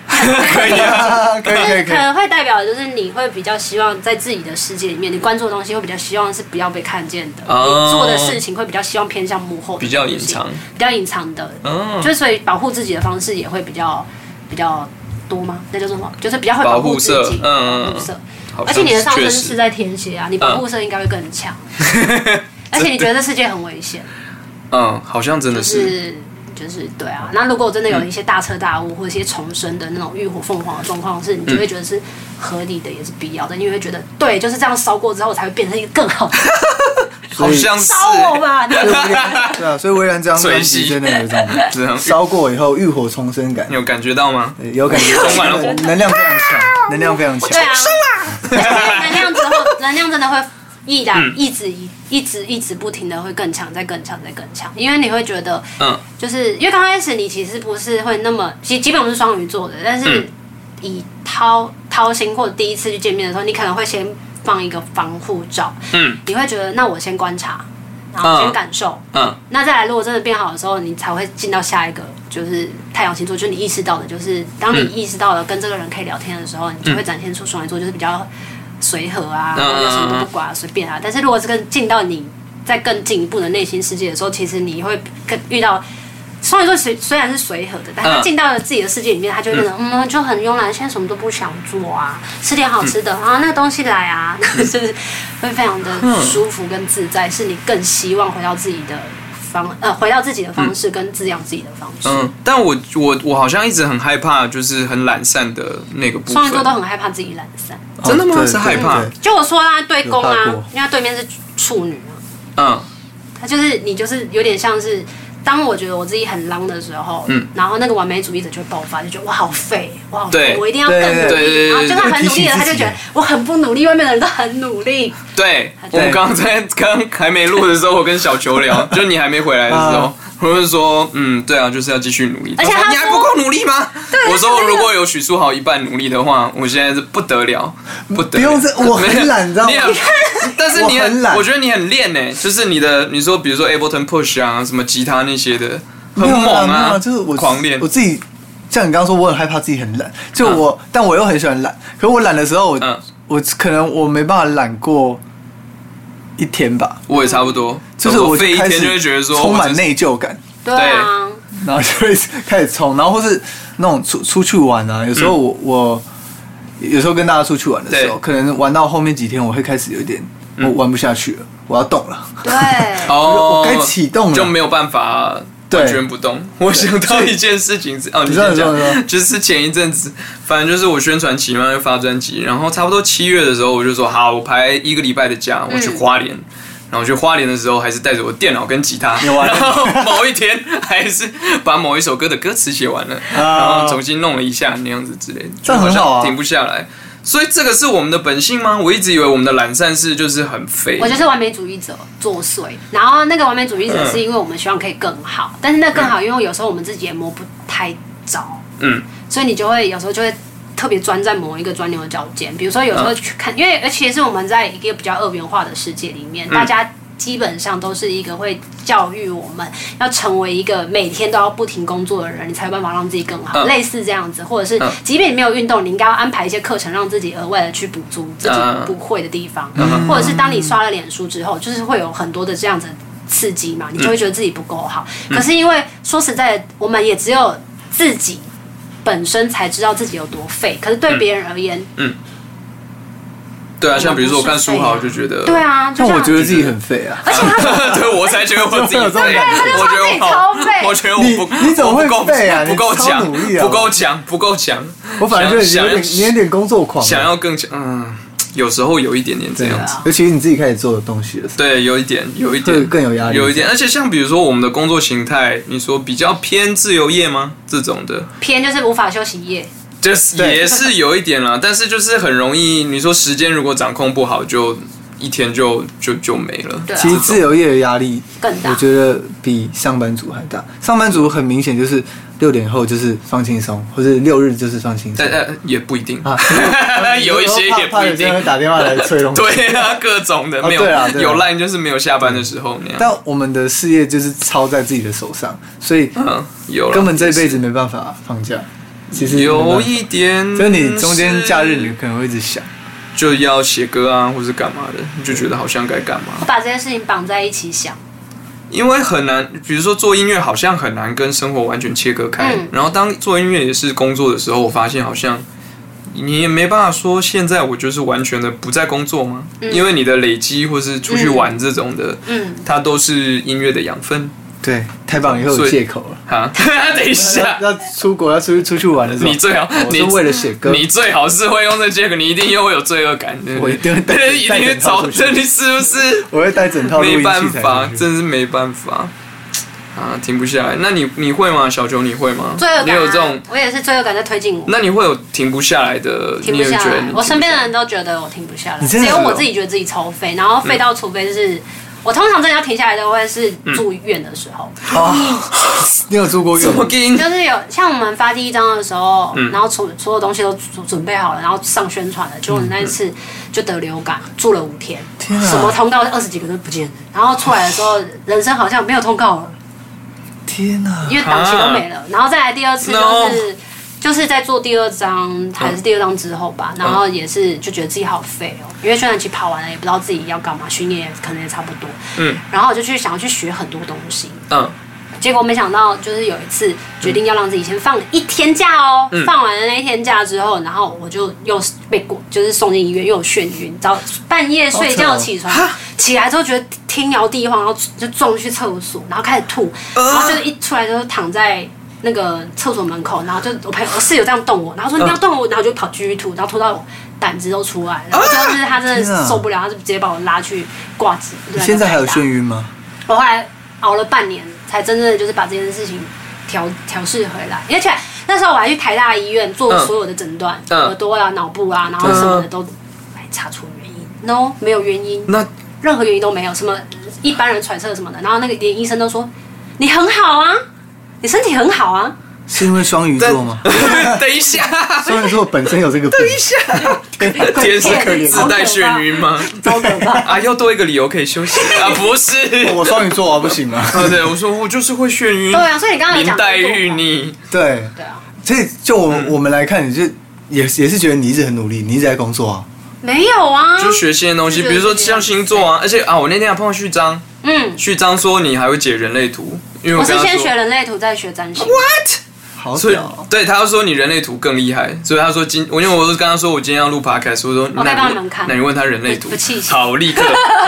Speaker 2: 可以
Speaker 4: [LAUGHS]
Speaker 2: 啊，
Speaker 3: 啊可以可以
Speaker 4: 是
Speaker 3: 可
Speaker 4: 可
Speaker 3: 以。
Speaker 4: 能会代表就是你会比较希望在自己的世界里面，你关注的东西会比较希望是不要被看见的，
Speaker 2: 哦
Speaker 4: 你做的事情会比较希望偏向幕后的东西，
Speaker 2: 比较隐藏
Speaker 4: 比较隐藏的，
Speaker 2: 嗯，
Speaker 4: 就是所以保护自己的方式也会比较比较多吗？那叫做什么？就是比较会
Speaker 2: 保护
Speaker 4: 护自
Speaker 2: 色
Speaker 4: 己，
Speaker 2: 嗯嗯嗯
Speaker 4: 保护色。
Speaker 2: 好像
Speaker 4: 而且你的上
Speaker 2: 确
Speaker 4: 身
Speaker 2: 实嗯
Speaker 4: 是在天蝎啊，你保护色应该会更
Speaker 2: [LAUGHS]
Speaker 4: 强。而且你觉得这世界很危险，
Speaker 2: 嗯，好像真的，
Speaker 4: 就是是就是对啊。那如果真的
Speaker 2: 嗯
Speaker 4: 有一些大彻大悟或者一些重生的那种浴火凤凰的状况，是你就
Speaker 2: 嗯
Speaker 4: 会觉得是合理的，也是必要的，因为会觉得对，就是这样烧过之后，我才会变成一个更
Speaker 2: [LAUGHS]
Speaker 4: 好的。
Speaker 2: [LAUGHS] 好像是，
Speaker 4: 烧
Speaker 1: 哦
Speaker 4: 我吧，你
Speaker 3: 对啊，所以微蓝这张专辑真的有一种
Speaker 2: 这样
Speaker 3: 烧过以后浴火重生感
Speaker 2: 你，有感觉到吗？
Speaker 3: 对有感觉，
Speaker 2: 充满了火
Speaker 3: 能量非常强，能量非常
Speaker 4: 对
Speaker 3: 强。
Speaker 4: 啊，而且能量之后，能量真的会一然
Speaker 2: 嗯
Speaker 4: 一直一一直一直不停的会更强，再更强，再更强，因为你会觉得，
Speaker 2: 嗯，
Speaker 4: 就是因为刚开始你其实不是会那么，其基本我们是双鱼座的，但
Speaker 2: 嗯
Speaker 4: 是以掏掏心或者第一次去见面的时候，你可能会先放一个防护罩，
Speaker 2: 嗯
Speaker 4: 你会觉得那我先观察，然后先感受。
Speaker 2: 嗯
Speaker 4: 那再来，如果真的变好的时候，你才会进到下一个，就是太阳星座，就是你意识到的，就是当你
Speaker 2: 嗯
Speaker 4: 意识到了跟这个人可以聊天的时候，你就会展现出双鱼座就是比较随和啊，
Speaker 2: 嗯
Speaker 4: 然后有什么都不管啊，随便啊。但是如果这个进到你在更进一步的内心世界的时候，其实你会更遇到。双鱼座虽虽然是随和的，但他
Speaker 2: 嗯
Speaker 4: 进到了自己的世界里面，他就会变得嗯就很慵懒，现在什么都不想做啊，吃点好吃
Speaker 3: 嗯
Speaker 4: 的、啊，那个东西来啊， [LAUGHS] 就是会非常的
Speaker 3: 嗯
Speaker 4: 舒服跟自在，是你更希望回到自己的方呃，回到自己的方
Speaker 3: 嗯
Speaker 4: 式跟滋养自己的方式。
Speaker 2: 嗯，但我我我好像一直很害怕，就是很懒散的那个部
Speaker 4: 双鱼座都
Speaker 2: 分，
Speaker 4: 很害怕自己懒散，
Speaker 2: 真的
Speaker 3: 哦
Speaker 2: 吗？
Speaker 3: 对
Speaker 2: 是害怕
Speaker 3: 对，对
Speaker 4: 就我说啦，对宫啊
Speaker 3: 有怕过，
Speaker 4: 因为他对面是处女啊，
Speaker 2: 嗯
Speaker 4: 他就是你就是有点像是。当我觉得我自己很浪的时候，
Speaker 2: 嗯
Speaker 4: 然后那个完美主义者就会爆发，就觉得我好废，我好
Speaker 2: 对
Speaker 4: 废，我一定要更
Speaker 3: 对
Speaker 2: 对
Speaker 4: 努
Speaker 2: 对对
Speaker 4: 力。然后就算
Speaker 3: 对
Speaker 4: 很
Speaker 3: 提
Speaker 4: 努力
Speaker 3: 醒
Speaker 4: 了，
Speaker 3: 自
Speaker 4: 他就
Speaker 3: 己
Speaker 4: 觉得我很不努力，外面的人都很努力。
Speaker 2: 对，我
Speaker 4: 对
Speaker 2: 们刚才刚还没录的时候，我跟小球
Speaker 3: [LAUGHS]
Speaker 2: 聊，就你还没回来的时候
Speaker 3: 啊，
Speaker 2: 我就说，嗯，对啊，就是要继续努力。
Speaker 4: 而且
Speaker 2: 他说
Speaker 4: 他
Speaker 2: 你还
Speaker 4: 说
Speaker 2: 不够努力吗？我
Speaker 4: 他
Speaker 2: 说
Speaker 4: 说那个
Speaker 2: 如果有许书豪一半努力的话，我现在是不得了，不得了。
Speaker 3: 不
Speaker 2: [LAUGHS]
Speaker 3: 用这我很懒你知道吗
Speaker 2: 你
Speaker 3: [LAUGHS]
Speaker 2: 很但是你
Speaker 3: 我很懒
Speaker 2: 我觉得你很练呢，就是你的，你说比如说 Ableton Push 啊，什么吉他那些的，很
Speaker 3: 没有
Speaker 2: 猛
Speaker 3: 没有
Speaker 2: 啊，
Speaker 3: 就是我
Speaker 2: 狂练啊
Speaker 3: 我。自己。像你刚刚说，我很害怕自己很懒，就我，但我又很喜欢懒。可我懒的时候，我、
Speaker 2: 嗯，
Speaker 3: 我可能我没办法懒过一天吧，
Speaker 2: 我也差不多，
Speaker 3: 就是
Speaker 2: 我
Speaker 3: 我
Speaker 2: 飞一
Speaker 3: 开
Speaker 2: 天
Speaker 3: 始
Speaker 2: 就会觉得说，
Speaker 3: 充
Speaker 2: 我
Speaker 3: 满
Speaker 2: 就是
Speaker 3: 内疚感，
Speaker 4: 对啊，
Speaker 3: 然后就会开始冲，然后或是那种出出去玩啊，有时候我、我有时候跟大家出去玩的时候，
Speaker 2: 嗯对嗯
Speaker 3: 可能玩到后面几天，我会开始有一点我玩不下去了，我要动了。
Speaker 4: 对，
Speaker 2: 哦，
Speaker 3: 我该启动了
Speaker 2: 就没有办法
Speaker 3: 对
Speaker 2: 完全不动。我想到一件事情是，哦，你
Speaker 3: 你知道
Speaker 2: 先
Speaker 3: 你知道你知
Speaker 2: 讲，
Speaker 3: 道
Speaker 2: 就是前一阵子，反正就是我宣传期嘛，就发专辑，然后差不多七月的时候，我就说好，我排一个礼拜的假，我去花莲。然后我去花莲的时候，还是带着我电脑跟吉
Speaker 3: [LAUGHS]
Speaker 2: 他，
Speaker 3: 玩
Speaker 2: 然后某一天还是把某一首歌的歌词写完了， [LAUGHS] 然后重新弄了一下那样子之类的，
Speaker 3: 啊这样很好啊
Speaker 2: 就像停不下来。所以这个是我们的本性吗？我一直以为我们的懒散是就是很废，
Speaker 4: 我就是完美主义者作祟，然后那个完美主义者是因为我们希望可以更好，但是那更好，因为有时候我们自己也摸不太着，
Speaker 2: 嗯，
Speaker 4: 所以你就会有时候就会特别钻在某一个钻
Speaker 2: 嗯
Speaker 4: 牛角尖。比如说有时候去看，因为而且是我们在一个比较二元化的世界里面，大家基本上都是一个会教育我们要成为一个每天都要不停工作的人，你才有办法让自己更好，
Speaker 2: 嗯
Speaker 4: 类似这样子，或者是
Speaker 2: 嗯
Speaker 4: 即便你没有运动，你应该要安排一些课程，让自己额外的去补足自己
Speaker 2: 嗯嗯嗯
Speaker 4: 不会的地方，
Speaker 3: 嗯
Speaker 4: 或者是当你刷了脸书之后，就是会有很多的这样子的刺激
Speaker 2: 嗯
Speaker 4: 嘛，你就会觉得自己不够好。可是因为说实在的，我们也只有自己本身才知道自己有多废，可是对别人而言，
Speaker 2: 嗯对啊，像比如说我看
Speaker 4: 我
Speaker 2: 书
Speaker 4: 们
Speaker 2: 豪
Speaker 4: 不
Speaker 2: 就是觉得，
Speaker 4: 对啊，就
Speaker 3: 但
Speaker 4: 像
Speaker 3: 嗯我觉得自己很废啊。
Speaker 4: 而且他
Speaker 2: [LAUGHS] 对我才觉得我自己
Speaker 3: 真的
Speaker 2: 废，我觉得我
Speaker 4: 超废
Speaker 2: 我觉得我
Speaker 3: 你
Speaker 2: 不，
Speaker 3: 你怎
Speaker 2: 我
Speaker 3: 么
Speaker 2: 不
Speaker 3: 会
Speaker 2: 够 [LAUGHS]
Speaker 3: 废啊
Speaker 2: 不够
Speaker 3: 你超
Speaker 2: 强，
Speaker 3: 努力啊
Speaker 2: 不够强，不够强。
Speaker 3: [LAUGHS] 我反正就
Speaker 2: 想
Speaker 3: 有点，
Speaker 2: 想
Speaker 3: 你有点工作狂啊，
Speaker 2: 想要更强，嗯，有时候有一点点这
Speaker 3: 对
Speaker 2: 样子
Speaker 3: 啊。，尤其是你自己开始做的东西的时候，
Speaker 2: 对，有一点，有一点
Speaker 3: 会更有压力
Speaker 2: 有一点。而且像比如说我们的工作形态，你说比较偏自由业吗？这种的，
Speaker 4: 偏就是无法休息夜，
Speaker 2: 就是
Speaker 3: 对
Speaker 2: 也是有一点啦，但是就是很容易，你说时间如果掌控不好，就一天就就就没了。
Speaker 4: 对啊
Speaker 3: 其实自由业的压力
Speaker 4: 更大
Speaker 3: 我觉得比上班族还大。上班族很明显就是六点后就是放轻松，或者六日就是放轻松
Speaker 2: 但但呃也不一定，。
Speaker 3: 啊
Speaker 2: 有一些也不
Speaker 3: 怕
Speaker 2: 一
Speaker 3: 有些人会
Speaker 2: 定。
Speaker 3: 打电话来催东
Speaker 2: [LAUGHS]
Speaker 3: 西。
Speaker 2: 对啊，各种的
Speaker 3: 哦
Speaker 2: 没有，
Speaker 3: 对啊对啊
Speaker 2: 有 line 就是没有下班的时候那样。
Speaker 3: 但我们的事业就是操在自己的手上，所以
Speaker 2: 嗯，有啦
Speaker 3: 根本这辈子没办法放假。其实
Speaker 2: 有一点，
Speaker 3: 就是你中间假日你可能会一直想，
Speaker 2: 就要写歌啊，或是干嘛的，你就觉得好像该干嘛
Speaker 4: 我。把这件事情绑在一起想，
Speaker 2: 因为很难，比如说做音乐好像很难跟生活完全切割开。
Speaker 4: 嗯
Speaker 2: 然后当做音乐也是工作的时候，我发现好像你也没办法说现在我就是完全的不在工作吗？因为你的累积或是出去玩这种的，
Speaker 4: 嗯，
Speaker 2: 它都是音乐的养分。
Speaker 3: 对，太棒了，以后
Speaker 2: 所
Speaker 3: 有
Speaker 2: 以
Speaker 3: 借口了。
Speaker 2: 哈，等一下。
Speaker 3: 要要出国要出去出去玩的时候，
Speaker 2: 啊你最好，
Speaker 3: 我
Speaker 2: 你
Speaker 3: 是为了写歌，
Speaker 2: 你最好是会用这借口，你一定又会有罪恶感，对不对
Speaker 3: 我一定会带
Speaker 2: 一定会找，
Speaker 3: 带着
Speaker 2: 你是不是？
Speaker 3: 我会带整套录
Speaker 2: 没
Speaker 3: 音器材
Speaker 2: 办
Speaker 3: 出去
Speaker 2: 法，真是没办法啊，停不下来。那你你会吗？小球你会吗？
Speaker 4: 罪恶感、啊，
Speaker 2: 你有这种？
Speaker 4: 我也是罪恶感在推进我，
Speaker 2: 那你会有停不下来的？
Speaker 4: 停
Speaker 2: 你
Speaker 4: 不
Speaker 2: 也
Speaker 4: 下
Speaker 2: 觉得你
Speaker 4: 来。我身边的人
Speaker 2: 停
Speaker 4: 都觉得我停不下来，
Speaker 3: 你
Speaker 4: 只
Speaker 3: 真的
Speaker 4: 有
Speaker 3: 是嗯
Speaker 4: 我
Speaker 2: 哦
Speaker 4: 自己觉得自己超废，然后废到除非是。我通常真的要停下来的会是住院的时候，
Speaker 3: 嗯啊你有住过
Speaker 2: 不下来怎
Speaker 3: 院
Speaker 2: 么
Speaker 3: 吗？
Speaker 2: 给你
Speaker 4: 就？是有像我们发第一章的时候，
Speaker 3: 嗯
Speaker 4: 然后所所有东西都准准备好了，然后上宣传了，结果那一次就得流感，住了五天，
Speaker 3: 嗯天啊
Speaker 4: 什么通告二十几个都不见了，然后出来的时候，人生好像没有通告了，
Speaker 3: 天哪！
Speaker 4: 因为档期都没了，然后再来第二次就是
Speaker 2: 啊 No 嗯
Speaker 4: 就是在做第二张还是第二张之后吧，然后也是就觉得自己好废哦，因为宣传期跑完了，也不知道自己要干嘛，巡演也可能也差不多，
Speaker 2: 嗯
Speaker 4: 然后我就去想要去学很多东西，
Speaker 2: 嗯
Speaker 4: 结果没想到就是有一次决定要让自己先放一天假哦，
Speaker 3: 嗯
Speaker 4: 放完了那一天假之后，然后我就又被过就是送进医院，又有眩晕，早半夜睡觉起
Speaker 3: 哦
Speaker 4: 床，起来之后觉得天摇地晃，然后就撞去厕所，然后开始吐，
Speaker 3: 呃
Speaker 4: 然后就是一出来之后躺在。那个厕所门口，然后就我朋友我室友这样动我，然
Speaker 3: 呃
Speaker 4: 后说你不要动我，然后我就跑继续吐，然后吐到我胆汁都出来，然后最后就是他真
Speaker 3: 天啊
Speaker 4: 的受不了，他就直接把我拉去挂急。
Speaker 3: 你现在还有
Speaker 4: 对
Speaker 3: 眩晕吗？
Speaker 4: 我后来熬了半年，才真正的就是把这件事情调调试回来。而且那时候我还去台大医院做所有的诊断，
Speaker 2: 嗯
Speaker 4: 耳朵啊、脑部啊，然后什么的都还查出原因。No，
Speaker 2: 嗯
Speaker 4: 没有原因，
Speaker 2: 那
Speaker 4: 任何原因都没有，什么一般人揣测什么的。然后那个连医生都说你很好啊，你身体很好啊。
Speaker 3: 是因为双鱼座吗？
Speaker 2: 等一下，
Speaker 3: 双鱼座本身有这个病，
Speaker 2: 天
Speaker 3: [LAUGHS]
Speaker 4: 好可
Speaker 2: 是
Speaker 4: 怜
Speaker 2: 自带眩晕吗？
Speaker 4: 超可怕！
Speaker 2: 啊，又多一个理由可以休息啊？不是，
Speaker 3: 我双鱼座啊，
Speaker 2: [LAUGHS]
Speaker 3: 不行啊。
Speaker 2: 啊，对，我说我就是会眩晕。
Speaker 4: 对啊，所以你刚刚
Speaker 2: 嗯
Speaker 4: 有
Speaker 2: 林
Speaker 4: 讲
Speaker 2: 黛
Speaker 4: 过
Speaker 2: 玉
Speaker 4: 嘛
Speaker 2: 你
Speaker 3: 对，
Speaker 4: 对啊，
Speaker 3: 所以就我我们来看，你就也也是觉得你一直很努力，你一直在工作啊。
Speaker 4: 没有啊，
Speaker 2: 就学新的东西，
Speaker 4: 就觉
Speaker 2: 比
Speaker 4: 得
Speaker 2: 如说
Speaker 4: 自己
Speaker 2: 像星座啊，而且啊，我那天还碰到序章，
Speaker 4: 嗯，
Speaker 2: 序章说你还会解人类图，因为
Speaker 4: 我
Speaker 2: 跟他
Speaker 4: 是先
Speaker 2: 说
Speaker 4: 学人类图，再学占星。
Speaker 2: what，
Speaker 3: 好
Speaker 2: 所以
Speaker 3: 屌哦！
Speaker 2: 对他就说你人类图更厉害，所以他说今我因为我就跟他说我今天要录 podcast，我说
Speaker 4: 我可
Speaker 2: 那
Speaker 4: 以帮
Speaker 2: 你
Speaker 4: 你们看
Speaker 2: 那你问他人类图
Speaker 4: 不气，死
Speaker 2: 好，我立
Speaker 4: [LAUGHS]
Speaker 2: 刻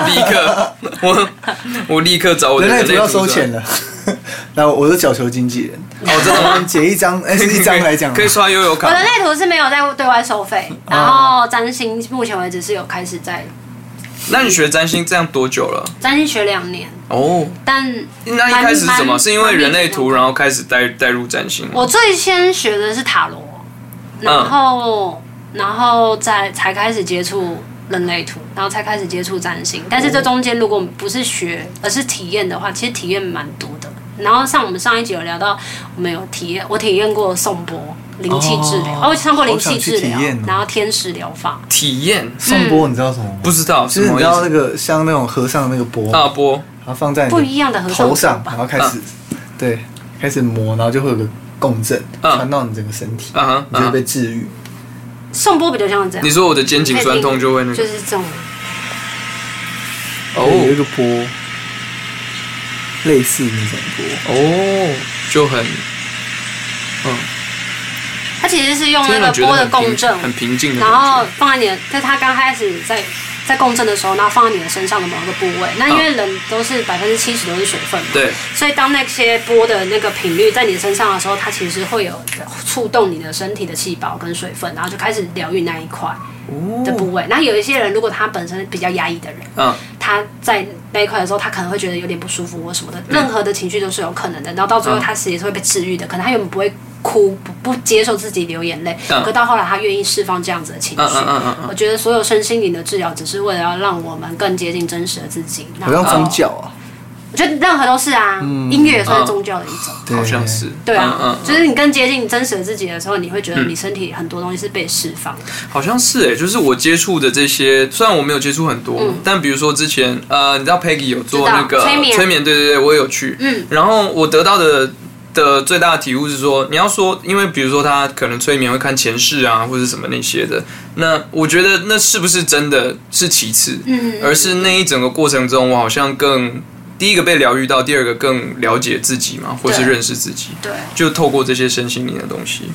Speaker 2: 立刻我我立刻找我的
Speaker 3: 人类
Speaker 2: 人
Speaker 3: 图
Speaker 2: 类
Speaker 3: 要
Speaker 2: 图
Speaker 3: 收钱
Speaker 2: 了，
Speaker 3: 了， [LAUGHS] 然后我是脚球经纪
Speaker 2: [LAUGHS]
Speaker 3: 人，
Speaker 2: 哦，真的吗？
Speaker 3: 解一张， [LAUGHS] 哎，是一张来讲吗
Speaker 2: 可以，刷悠游卡
Speaker 4: 我的
Speaker 2: 吗，
Speaker 4: 类图是没有在对外收费，
Speaker 2: 嗯
Speaker 4: 然后占星目前为止是有开始在
Speaker 2: 那你学占星这样多久了？
Speaker 4: 占星学两年，
Speaker 2: 哦，
Speaker 4: 但
Speaker 2: 那一开始是什么？
Speaker 4: 蛮
Speaker 2: 是因为人类图，
Speaker 4: 蛮
Speaker 2: 然后开始带带入占星吗？
Speaker 4: 我最先学的是塔罗，
Speaker 2: 嗯
Speaker 4: 然后、然后再才开始接触人类图，然后才开始接触占星。
Speaker 2: 哦
Speaker 4: 但是这中间如果不是学，而是体验的话，其实体验蛮多的。然后像我们上一集有聊到，我们有体验，我体验过颂钵，灵气治疗，
Speaker 2: 哦
Speaker 4: 哦，我上过灵气治
Speaker 3: 好想去体验哦
Speaker 4: 疗，然后天使疗法，
Speaker 2: 体验
Speaker 3: 送钵你知道什么吗？
Speaker 2: 嗯不知道
Speaker 3: 就
Speaker 2: 什
Speaker 3: 是你
Speaker 2: 么
Speaker 3: 知
Speaker 2: 意
Speaker 3: 道那
Speaker 2: 思。
Speaker 3: 个像那种和尚那个钵，
Speaker 2: 大波
Speaker 3: 然后放在你
Speaker 4: 不一样的和尚
Speaker 3: 头上
Speaker 4: 钵，吧
Speaker 3: 然后开始对开始磨，然后就会有个共振
Speaker 2: 嗯
Speaker 3: 传到你整个身体，
Speaker 2: 啊哈
Speaker 3: 你就
Speaker 2: 啊
Speaker 3: 会
Speaker 2: 哈！
Speaker 3: 被治愈。
Speaker 4: 送波比较像这样
Speaker 2: 你，说我的肩颈酸痛就会那
Speaker 4: 就
Speaker 2: 个
Speaker 4: 是这种，
Speaker 3: 有一
Speaker 2: 哦
Speaker 3: 个钵，类似那种
Speaker 4: 嗯
Speaker 3: 钵，
Speaker 2: 哦，就很嗯，
Speaker 4: 它其实是用那
Speaker 2: 真
Speaker 4: 个
Speaker 2: 的觉得
Speaker 4: 波的
Speaker 2: 很
Speaker 4: 共
Speaker 2: 平
Speaker 4: 振，
Speaker 2: 很平静的
Speaker 4: 然
Speaker 2: 感觉。
Speaker 4: 后放在你的，在它刚开始在在共振的时候，然后放在你的身上的某一个部位。那因为人都是百分之七十都是水分嘛，
Speaker 2: 对，
Speaker 4: 所以当那些波的那个频率在你身上的时候，它其实会有触动你的身体的细胞跟水分，然后就开始疗愈那一块的部位。那有一些人，如果他本身比较压抑的人，
Speaker 2: 嗯，
Speaker 4: 他在那一块的时候，他可能会觉得有点不舒服或什么的，任何的情绪都是有可能的。然后到最后，
Speaker 2: 嗯
Speaker 4: 他其实也是会被治愈的，可能他原本不会哭，不不接受自己流眼泪，
Speaker 2: 嗯
Speaker 4: 可到后来他愿意释放这样子的情绪。
Speaker 2: 嗯嗯嗯嗯嗯
Speaker 4: 我觉得所有身心灵的治疗，只是为了要让我们更接近真实的自己。
Speaker 3: 好像
Speaker 4: 然后
Speaker 3: 宗，教啊，
Speaker 4: 嗯我觉得任何都是啊，音乐也算是宗教的一种。
Speaker 3: 对
Speaker 2: 好像是。
Speaker 4: 对啊，
Speaker 2: 嗯嗯，
Speaker 4: 就是你更接近真实的自己的时候，你会觉得你身体很多东西是被释放的。
Speaker 2: 好像是诶、就是我接触的这些，虽然我没有接触很多，但比如说之前呃，你知道 Peggy 有做
Speaker 4: 嗯知道
Speaker 2: 那个
Speaker 4: 催眠
Speaker 2: 对对对，我也有去。
Speaker 4: 嗯，
Speaker 2: 然后我得到的的最大的体悟是说，你要说，因为比如说他可能催眠会看前世啊，或者什么那些的，那我觉得那是不是真的是其次，嗯，而是那一整个过程中，我好像更第一个被疗愈到，第二个更了解自己嘛，或是
Speaker 4: 对
Speaker 2: 认识自己，
Speaker 4: 对，
Speaker 2: 就透过这些身心灵的东西。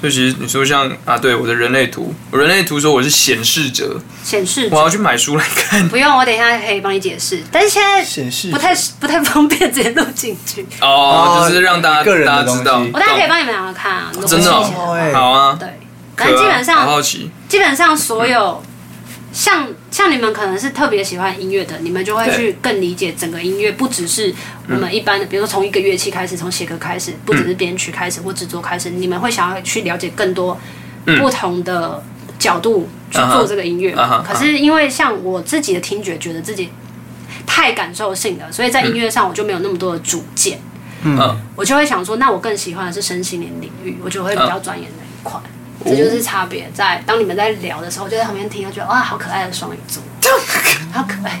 Speaker 2: 所以其实你说像啊，对我的人类图，我人类图说我是显示者，
Speaker 4: 显示
Speaker 2: 我要去买书来
Speaker 3: [LAUGHS]
Speaker 2: 看。
Speaker 4: 不用，我等一下可以帮你解释。但是现在
Speaker 3: 显示
Speaker 4: 不太不太方便直接录进去，
Speaker 2: 哦，就是让大家
Speaker 3: 个人的
Speaker 2: 大家知道
Speaker 3: 东西，
Speaker 4: 我大概可以帮你们两个看啊。如果
Speaker 2: 真的
Speaker 4: 谢谢
Speaker 2: 哦
Speaker 3: 哦哎
Speaker 2: 好啊，
Speaker 4: 对，
Speaker 2: 可
Speaker 4: 反正基本
Speaker 2: 啊、好好
Speaker 4: 上
Speaker 2: 奇，
Speaker 4: 基本上所有像像你们可能是特别喜欢音乐的，你们就会
Speaker 2: 对嗯
Speaker 4: 去更理解整个音乐，不只是我们一般的，比如说从一个乐器开始，从写歌开始，不只是编曲开始或制作开始，你们会想要去了解更多不同的角度去
Speaker 2: 嗯啊哈
Speaker 4: 做这个音乐
Speaker 2: 啊哈
Speaker 4: 嘛。可是因为像我自己的听觉，觉得自己太感受性了，所以在音乐上我就没有那么多的主见，
Speaker 2: 嗯，
Speaker 4: 我就会想说，那我更喜欢的是身心灵领域，我就会比较钻研那一块。这就是差别在当你们在聊的时候，我就在旁边听，就觉得哇，好可爱的双鱼座，好可爱。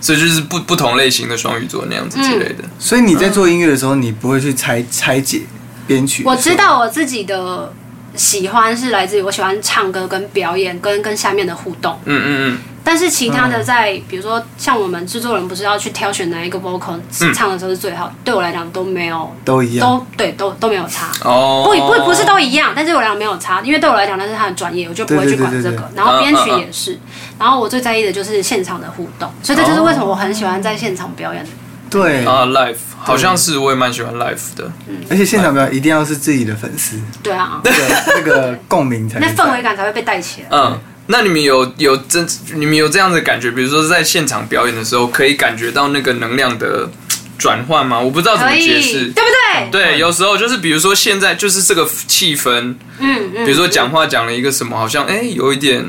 Speaker 2: 所以就是不不同类型的双鱼座那样子之类的。
Speaker 3: 所以你在做音乐的时候，你不会去拆拆解编曲。
Speaker 4: 我知，道我自己的喜欢是来自于我喜欢唱歌跟表演跟跟下面的互动，
Speaker 2: 嗯嗯
Speaker 4: 但是其他的在、比如说像我们制作人不是要去挑选哪一个 vocal 唱的时候是最好，对我来讲都没有
Speaker 3: 都一样
Speaker 4: 都对都都没有差。
Speaker 2: 嗯，哦，
Speaker 4: 不不不是都一样，但是我俩没有差，因为对我来讲那是他的专业，我就不会去管这个。
Speaker 3: 对对对对
Speaker 4: 然后编曲
Speaker 2: 嗯嗯嗯
Speaker 4: 也是，然后我最在意的就是现场的互动，所以这就是为什么我很喜欢在现场表演。
Speaker 3: 对，
Speaker 2: 啊，life 好像是我也蛮喜欢 life 的，
Speaker 3: 而且现场表演一定要是自己的粉丝，
Speaker 4: 对啊，
Speaker 2: [LAUGHS]
Speaker 3: 那个那个共鸣才
Speaker 4: 那
Speaker 3: 能
Speaker 4: 氛围感才会被带起来。
Speaker 2: 嗯。那你们有有真你们有这样的感觉，比如说在现场表演的时候，可以感觉到那个能量的转换吗？我不知道怎么
Speaker 4: 可
Speaker 2: 解
Speaker 4: 以，
Speaker 2: 释
Speaker 4: 对不。对？
Speaker 2: 对，有时候就是比如说现在就是这个气氛，
Speaker 4: 嗯嗯。
Speaker 2: 比如说讲话讲了一个什么，好像哎、有一点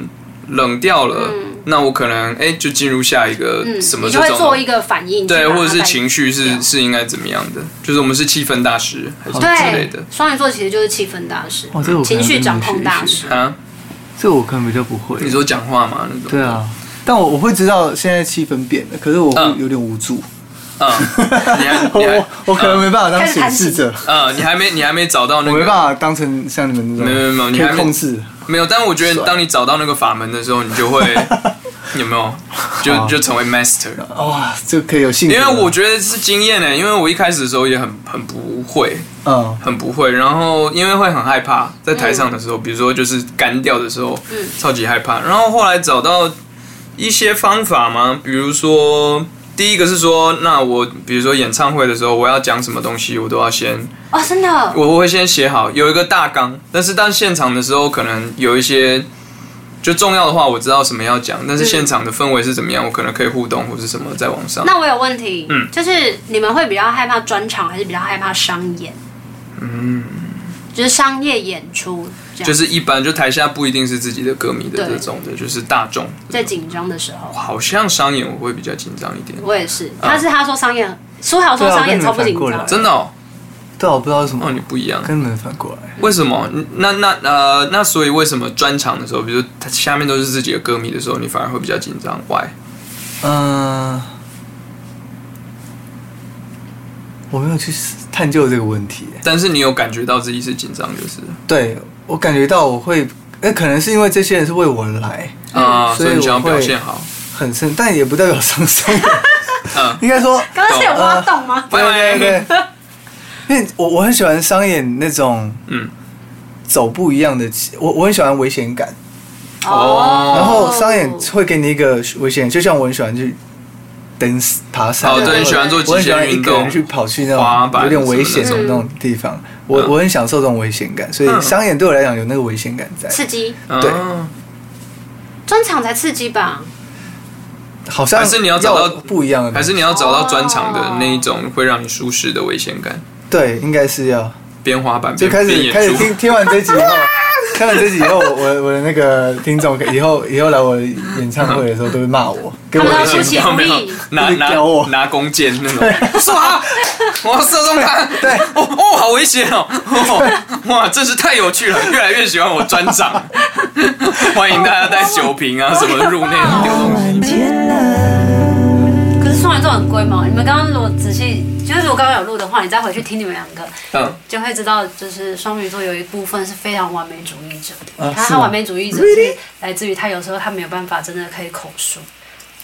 Speaker 2: 冷掉了，那我可能哎、就进入下一个
Speaker 4: 嗯，
Speaker 2: 什么
Speaker 4: 你
Speaker 2: 这
Speaker 4: 就会
Speaker 2: 种，
Speaker 4: 做一个反应，
Speaker 2: 对，
Speaker 4: 去把它
Speaker 2: 或者是
Speaker 4: 带
Speaker 2: 情绪是
Speaker 4: 掉
Speaker 2: 是应该怎么样的？就是我们是气氛大师还是之类
Speaker 4: 对
Speaker 2: 的
Speaker 4: 双鱼座其实就是气氛大师
Speaker 3: 哦哇这个我，可能
Speaker 4: 情绪
Speaker 3: 跟你
Speaker 4: 掌
Speaker 3: 学
Speaker 4: 控
Speaker 3: 一
Speaker 4: 大
Speaker 3: 学
Speaker 4: 师。
Speaker 2: 啊？
Speaker 3: 这我可能比较不会。
Speaker 2: 你说讲话嘛那种？
Speaker 3: 对啊，但我我会知道现在气氛变了，可是我
Speaker 2: 嗯
Speaker 3: 会有点无助，
Speaker 2: 啊，
Speaker 3: [LAUGHS]
Speaker 2: 你还你还
Speaker 3: 我我可能没办法当显示者，
Speaker 2: 啊，你还没你还没找到那
Speaker 3: 我没办
Speaker 2: 个
Speaker 3: 法当成像你们这种
Speaker 2: 没有没有你还
Speaker 3: 可以
Speaker 2: 没
Speaker 3: 控制。
Speaker 2: 没有，但我觉得
Speaker 3: 帅
Speaker 2: 当你找到那个法门的时候，你就
Speaker 3: [LAUGHS]
Speaker 2: 会有没有就
Speaker 3: 好
Speaker 2: 就成为 master。
Speaker 3: 哇，这可以有幸
Speaker 2: [LAUGHS]
Speaker 3: 福
Speaker 2: 因
Speaker 3: 了。
Speaker 2: 为我觉得是经验欸呢，因为我一开始的时候也很很不会，
Speaker 3: 嗯，
Speaker 2: 很不会，然后因为会很害怕，在台上的时候，比如说就是干掉的时候，超级害怕。然后后来找到一些方法嘛，比如说第一个是说，那我比如说演唱会的时候，我要讲什么东西，我都要先，
Speaker 4: 哦，真的，
Speaker 2: 我会先写好，有一个大纲。但是当现场的时候，可能有一些就重要的话，我知道什么要讲，但是现场的氛围是怎么样，我可能可以互动或是什么在网上。
Speaker 4: 那我有问题，
Speaker 2: 嗯
Speaker 4: 就是你们会比较害怕专场，还是比较害怕商演？嗯，就是商业演出这样，
Speaker 2: 就是一般就台下不一定是自己的歌迷的
Speaker 4: 对
Speaker 2: 这种的，就是大众。
Speaker 4: 在紧张的时候，啊
Speaker 2: 好像商演我会比较紧张一点，
Speaker 4: 我也是。他是他说商演，苏豪说商演超不紧
Speaker 3: 对啊我跟你们反过来
Speaker 4: 张，
Speaker 2: 真的哦。
Speaker 3: 对啊，我不知道为什么
Speaker 2: 哦，，你不一样。
Speaker 3: 跟你们反过来。
Speaker 2: 为什么？那那呃，那所以为什么专场的时候，比如说他下面都是自己的歌迷的时候，你反而会比较紧张？Why？
Speaker 3: 嗯，我没有去探究这个问题。
Speaker 2: 但是你有感觉到自己是紧张，就是
Speaker 3: 对我感觉到我会，哎，可能是因为这些人是为我而来，
Speaker 2: 啊、所
Speaker 3: 嗯所以
Speaker 2: 以你想要
Speaker 3: 我会
Speaker 2: 表现好。
Speaker 3: 很深，但也不代表上升。
Speaker 2: [LAUGHS] 嗯，
Speaker 3: 应该说，
Speaker 4: 刚刚是有挖洞吗？
Speaker 2: 拜
Speaker 3: 对
Speaker 2: 拜。 [LAUGHS]
Speaker 3: 对，因为我我很喜欢商演那种
Speaker 2: 嗯，
Speaker 3: 走不一样的，我我很喜欢危险感。
Speaker 2: 哦
Speaker 3: 然后商演会给你一个危险，就像我很喜欢去登爬山，
Speaker 2: 哦
Speaker 4: 对
Speaker 3: 或者
Speaker 4: 你喜欢做
Speaker 2: 极限
Speaker 3: 我很喜欢一
Speaker 2: 运
Speaker 3: 个
Speaker 2: 动
Speaker 3: 人去跑去那
Speaker 2: 滑
Speaker 3: 种
Speaker 2: 板
Speaker 3: 有点危险
Speaker 2: 什
Speaker 3: 的
Speaker 4: 么那种
Speaker 3: 那种地方，我
Speaker 2: 嗯
Speaker 3: 我很享受这种危险感，所以
Speaker 2: 嗯
Speaker 3: 商演对我来讲有那个危险感在，
Speaker 4: 刺激，
Speaker 3: 对
Speaker 2: 啊
Speaker 4: 专场才刺激吧？
Speaker 3: 好像
Speaker 2: 还是你要找到
Speaker 3: 不一样的东
Speaker 2: 还
Speaker 3: 西，
Speaker 2: 是你要找到专场的那一种会让你舒适的危险感，
Speaker 3: 对，应该是要
Speaker 2: 边滑板
Speaker 3: 哦就
Speaker 2: 边
Speaker 3: 开
Speaker 2: 边
Speaker 3: 始
Speaker 2: 演
Speaker 3: 开始
Speaker 2: 出。
Speaker 3: 听听完这集以后。
Speaker 4: [LAUGHS] 啊
Speaker 3: 看完这集以后，我我我的那个听众以后以后来我演唱会的时候都会骂我，给我
Speaker 4: 他
Speaker 3: 一
Speaker 4: 们
Speaker 3: 些
Speaker 4: 要出血
Speaker 2: 没有没有
Speaker 4: 红利
Speaker 2: 拿
Speaker 3: 一直
Speaker 2: 拿
Speaker 3: 叼我
Speaker 2: 拿弓箭那种，射他，我要射中他，
Speaker 3: 对
Speaker 2: 哦哦，好危险哦，哦哇，真是太有趣了，越来越喜欢我专
Speaker 3: [LAUGHS]
Speaker 2: 长，欢迎大家带酒瓶啊什么入内丢东西，
Speaker 4: 可是双鱼座很龟毛，你们刚刚如果仔细，就是如果刚刚有录的话，你再回去听你们两个，
Speaker 2: 嗯，
Speaker 4: 就会知道，就是双鱼座有一部分是非常完美主义者的。
Speaker 3: 啊
Speaker 4: 他
Speaker 3: 是
Speaker 4: 他
Speaker 3: 吗
Speaker 4: 完美主义者是来自于他有时候他没有办法真的可以口述，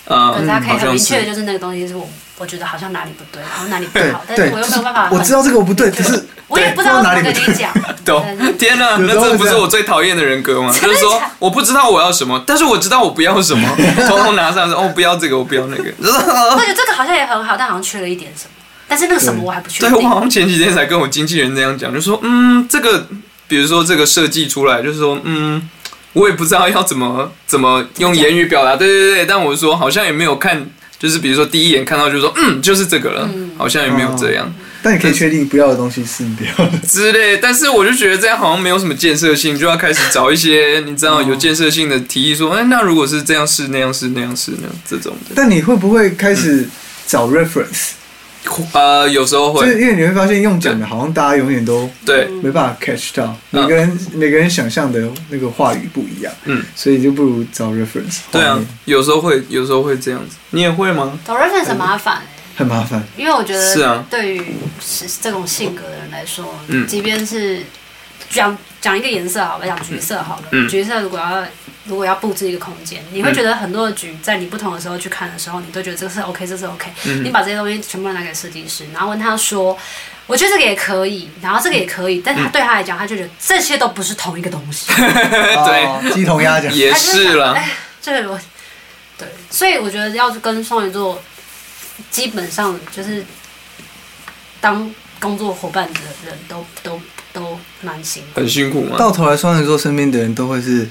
Speaker 2: 嗯，
Speaker 4: 可是他可以
Speaker 2: 好
Speaker 4: 很
Speaker 2: 像
Speaker 4: 明确的
Speaker 2: 是，
Speaker 4: 就是那个东西是我我觉得好像哪里不对，然后哪里不
Speaker 3: 对
Speaker 4: 好，但是
Speaker 3: 对，
Speaker 4: 我又没有办法
Speaker 3: 就
Speaker 4: 很，
Speaker 3: 是我知道这个我不对，可是
Speaker 4: 我也不知道
Speaker 3: 对
Speaker 4: 怎
Speaker 3: 哪
Speaker 4: 么
Speaker 3: 里
Speaker 4: 跟
Speaker 3: 不对
Speaker 4: 你讲，
Speaker 2: [LAUGHS] 懂
Speaker 4: 对对？对
Speaker 2: 天哪，
Speaker 3: 有
Speaker 2: 那
Speaker 3: 时候
Speaker 2: 这
Speaker 3: 会
Speaker 2: 不
Speaker 3: 这
Speaker 2: 是
Speaker 3: 样
Speaker 2: 我最讨厌的人格吗？
Speaker 4: 真
Speaker 2: 就
Speaker 4: 的
Speaker 2: 是说
Speaker 4: 假的
Speaker 2: 我不知道我要什么，但是我知道我不要什么， [LAUGHS] 统统拿上说哦，不要这个，我不要那个，
Speaker 4: 我觉得这个好像也很好，但好像缺了一点什么，但是那个什么我还不确
Speaker 2: 啊对
Speaker 4: 定。
Speaker 2: 我好像前几天才跟我经纪人那样讲，就说嗯，这个比如说这个设计出来，就是说嗯，我也不知道要怎么怎么用言语表达，对对对，但我说好像也没有看，就是比如说第一眼看到就说嗯，哦就是这个了，好像也没有这样、
Speaker 3: [LAUGHS] 但你可以确定不要的东西是你不要的。
Speaker 2: 之类，但是我就觉得这样好像没有什么建设性，就要开始找一些你知道有建设性的提议说，哎，那如果是这样是那样是那样是那样这种的，
Speaker 3: 但你会不会开始
Speaker 4: 嗯
Speaker 3: 找 reference？、
Speaker 2: [LAUGHS] 呃，有时候
Speaker 3: 就是
Speaker 2: 会
Speaker 3: 因为你会发现用讲的，好像大家永远都
Speaker 2: 对，
Speaker 4: 嗯
Speaker 3: 没办法 catch 到，每个人每个人想象的那个话语不一样，
Speaker 2: 嗯，
Speaker 3: 所以就不如找 reference。
Speaker 2: 对啊
Speaker 3: 画面，
Speaker 2: 有时候会有时候会这样子，你也会吗？
Speaker 4: 找 reference 很麻烦、
Speaker 3: 很麻烦。
Speaker 4: 因为我觉
Speaker 2: 是
Speaker 4: 得
Speaker 2: 啊，
Speaker 4: 对于是这种性格的人来说，
Speaker 2: 嗯
Speaker 4: 即便是讲讲一个颜色好了，讲橘色好了，
Speaker 2: 嗯
Speaker 4: 橘色如果要如果要布置一个空间，你会觉得很多的橘在你不同的时候去看的时候，你都觉得这个是 OK，这是 OK，、
Speaker 2: 嗯
Speaker 4: 你把这些东西全部拿给设计师，然后问他说。我觉得这个也可以，然后这个也可以，但
Speaker 2: 嗯
Speaker 4: 他对他来讲，他就觉得这些都不是同一个东西。
Speaker 2: [LAUGHS]
Speaker 4: 哎
Speaker 2: 对，
Speaker 3: 鸡同鸭
Speaker 4: [LAUGHS]
Speaker 3: 讲。
Speaker 2: 也是啦。
Speaker 4: 这个我对，所以我觉得要跟双鱼座，基本上就是当工作伙伴的人都都都蛮辛苦。
Speaker 2: 很辛苦
Speaker 4: 哦
Speaker 2: 吗？
Speaker 3: 到头来，双鱼座身边的人都会是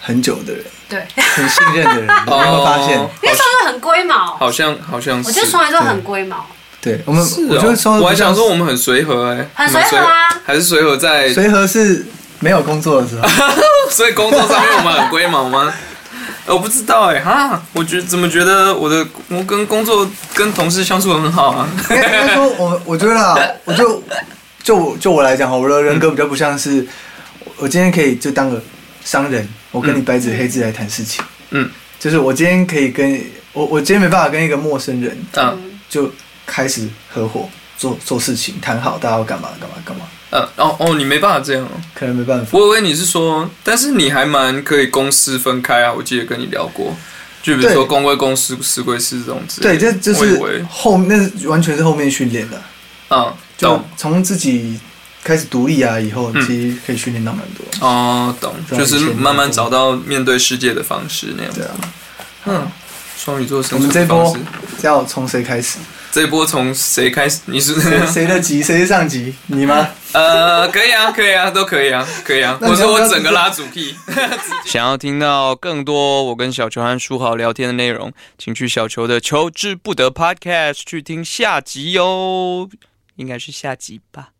Speaker 3: 很久
Speaker 2: [LAUGHS]
Speaker 3: 的人，
Speaker 4: 对， [LAUGHS]
Speaker 3: 很信任的人，你会发现
Speaker 2: 哦。
Speaker 4: 因为双鱼座很龟毛，
Speaker 2: 好像好像
Speaker 4: 我
Speaker 2: 是，嗯
Speaker 4: 觉得双鱼座很龟毛，
Speaker 3: 对我们，
Speaker 2: 是哦
Speaker 3: 我觉得双鱼座
Speaker 2: 我还想说我们很随和哎、
Speaker 4: 很随和啊
Speaker 2: 我们随还是随和在，
Speaker 3: 随和是没有工作的时候，
Speaker 2: [LAUGHS] 所以工作上面我们很龟毛
Speaker 3: [LAUGHS]
Speaker 2: 吗？呃我不知道哎、哈，我觉怎么觉得我的我跟工作跟同事相处得很好
Speaker 3: [LAUGHS]
Speaker 2: 啊？
Speaker 3: 应该应该说我我觉得啊，我就就我就我来讲哈，我的人格比较不像是，我今天可以就当个商人，我跟你白纸黑字来谈事情，
Speaker 2: 嗯
Speaker 3: 就是我今天可以跟我我今天没办法跟一个陌生人
Speaker 2: 嗯
Speaker 3: 就开始合伙做做事情，谈好大家要干嘛干嘛干嘛，
Speaker 2: 嗯，哦哦，你没办法这样、哦。
Speaker 3: 可能没办法。
Speaker 2: 我以为你是说，但是你还蛮可以公私分开啊，我记得跟你聊过，就比如说
Speaker 3: 对
Speaker 2: 公归公，私私归私这种之类
Speaker 3: 对，
Speaker 2: 的。
Speaker 3: 这就
Speaker 2: 我以
Speaker 3: 是
Speaker 2: 为
Speaker 3: 后那是完全是后面训练的，
Speaker 2: 嗯，
Speaker 3: 就
Speaker 2: 懂
Speaker 3: 从自己开始独立啊以后，
Speaker 2: 嗯
Speaker 3: 其实可以训练到蛮多。
Speaker 2: 哦，懂，
Speaker 3: 对啊
Speaker 2: 就是
Speaker 3: 以前
Speaker 2: 慢慢
Speaker 3: 那种
Speaker 2: 找到面对世界的方式那样子。
Speaker 3: 对啊，
Speaker 2: 嗯，双鱼座生
Speaker 3: 我们
Speaker 2: 存
Speaker 3: 这
Speaker 2: 的方
Speaker 3: 波
Speaker 2: 式。
Speaker 3: 要从谁
Speaker 2: [LAUGHS]
Speaker 3: 开始？
Speaker 2: 这一波从谁开始？
Speaker 3: [LAUGHS]
Speaker 2: 你是
Speaker 3: 谁谁的级？谁是上级？你吗？
Speaker 2: 呃，可以啊，可以啊，都可以啊，可以啊。
Speaker 3: 那你
Speaker 2: 我说
Speaker 3: 要不
Speaker 2: 我
Speaker 3: 要
Speaker 2: 整
Speaker 3: 直
Speaker 2: 个
Speaker 3: 接
Speaker 2: 拉主
Speaker 3: [LAUGHS]
Speaker 2: key。想要听到更多我跟小球和书豪聊天的内容，请去小球的求之不得 Podcast 哦去听下集哟，应该是下集吧。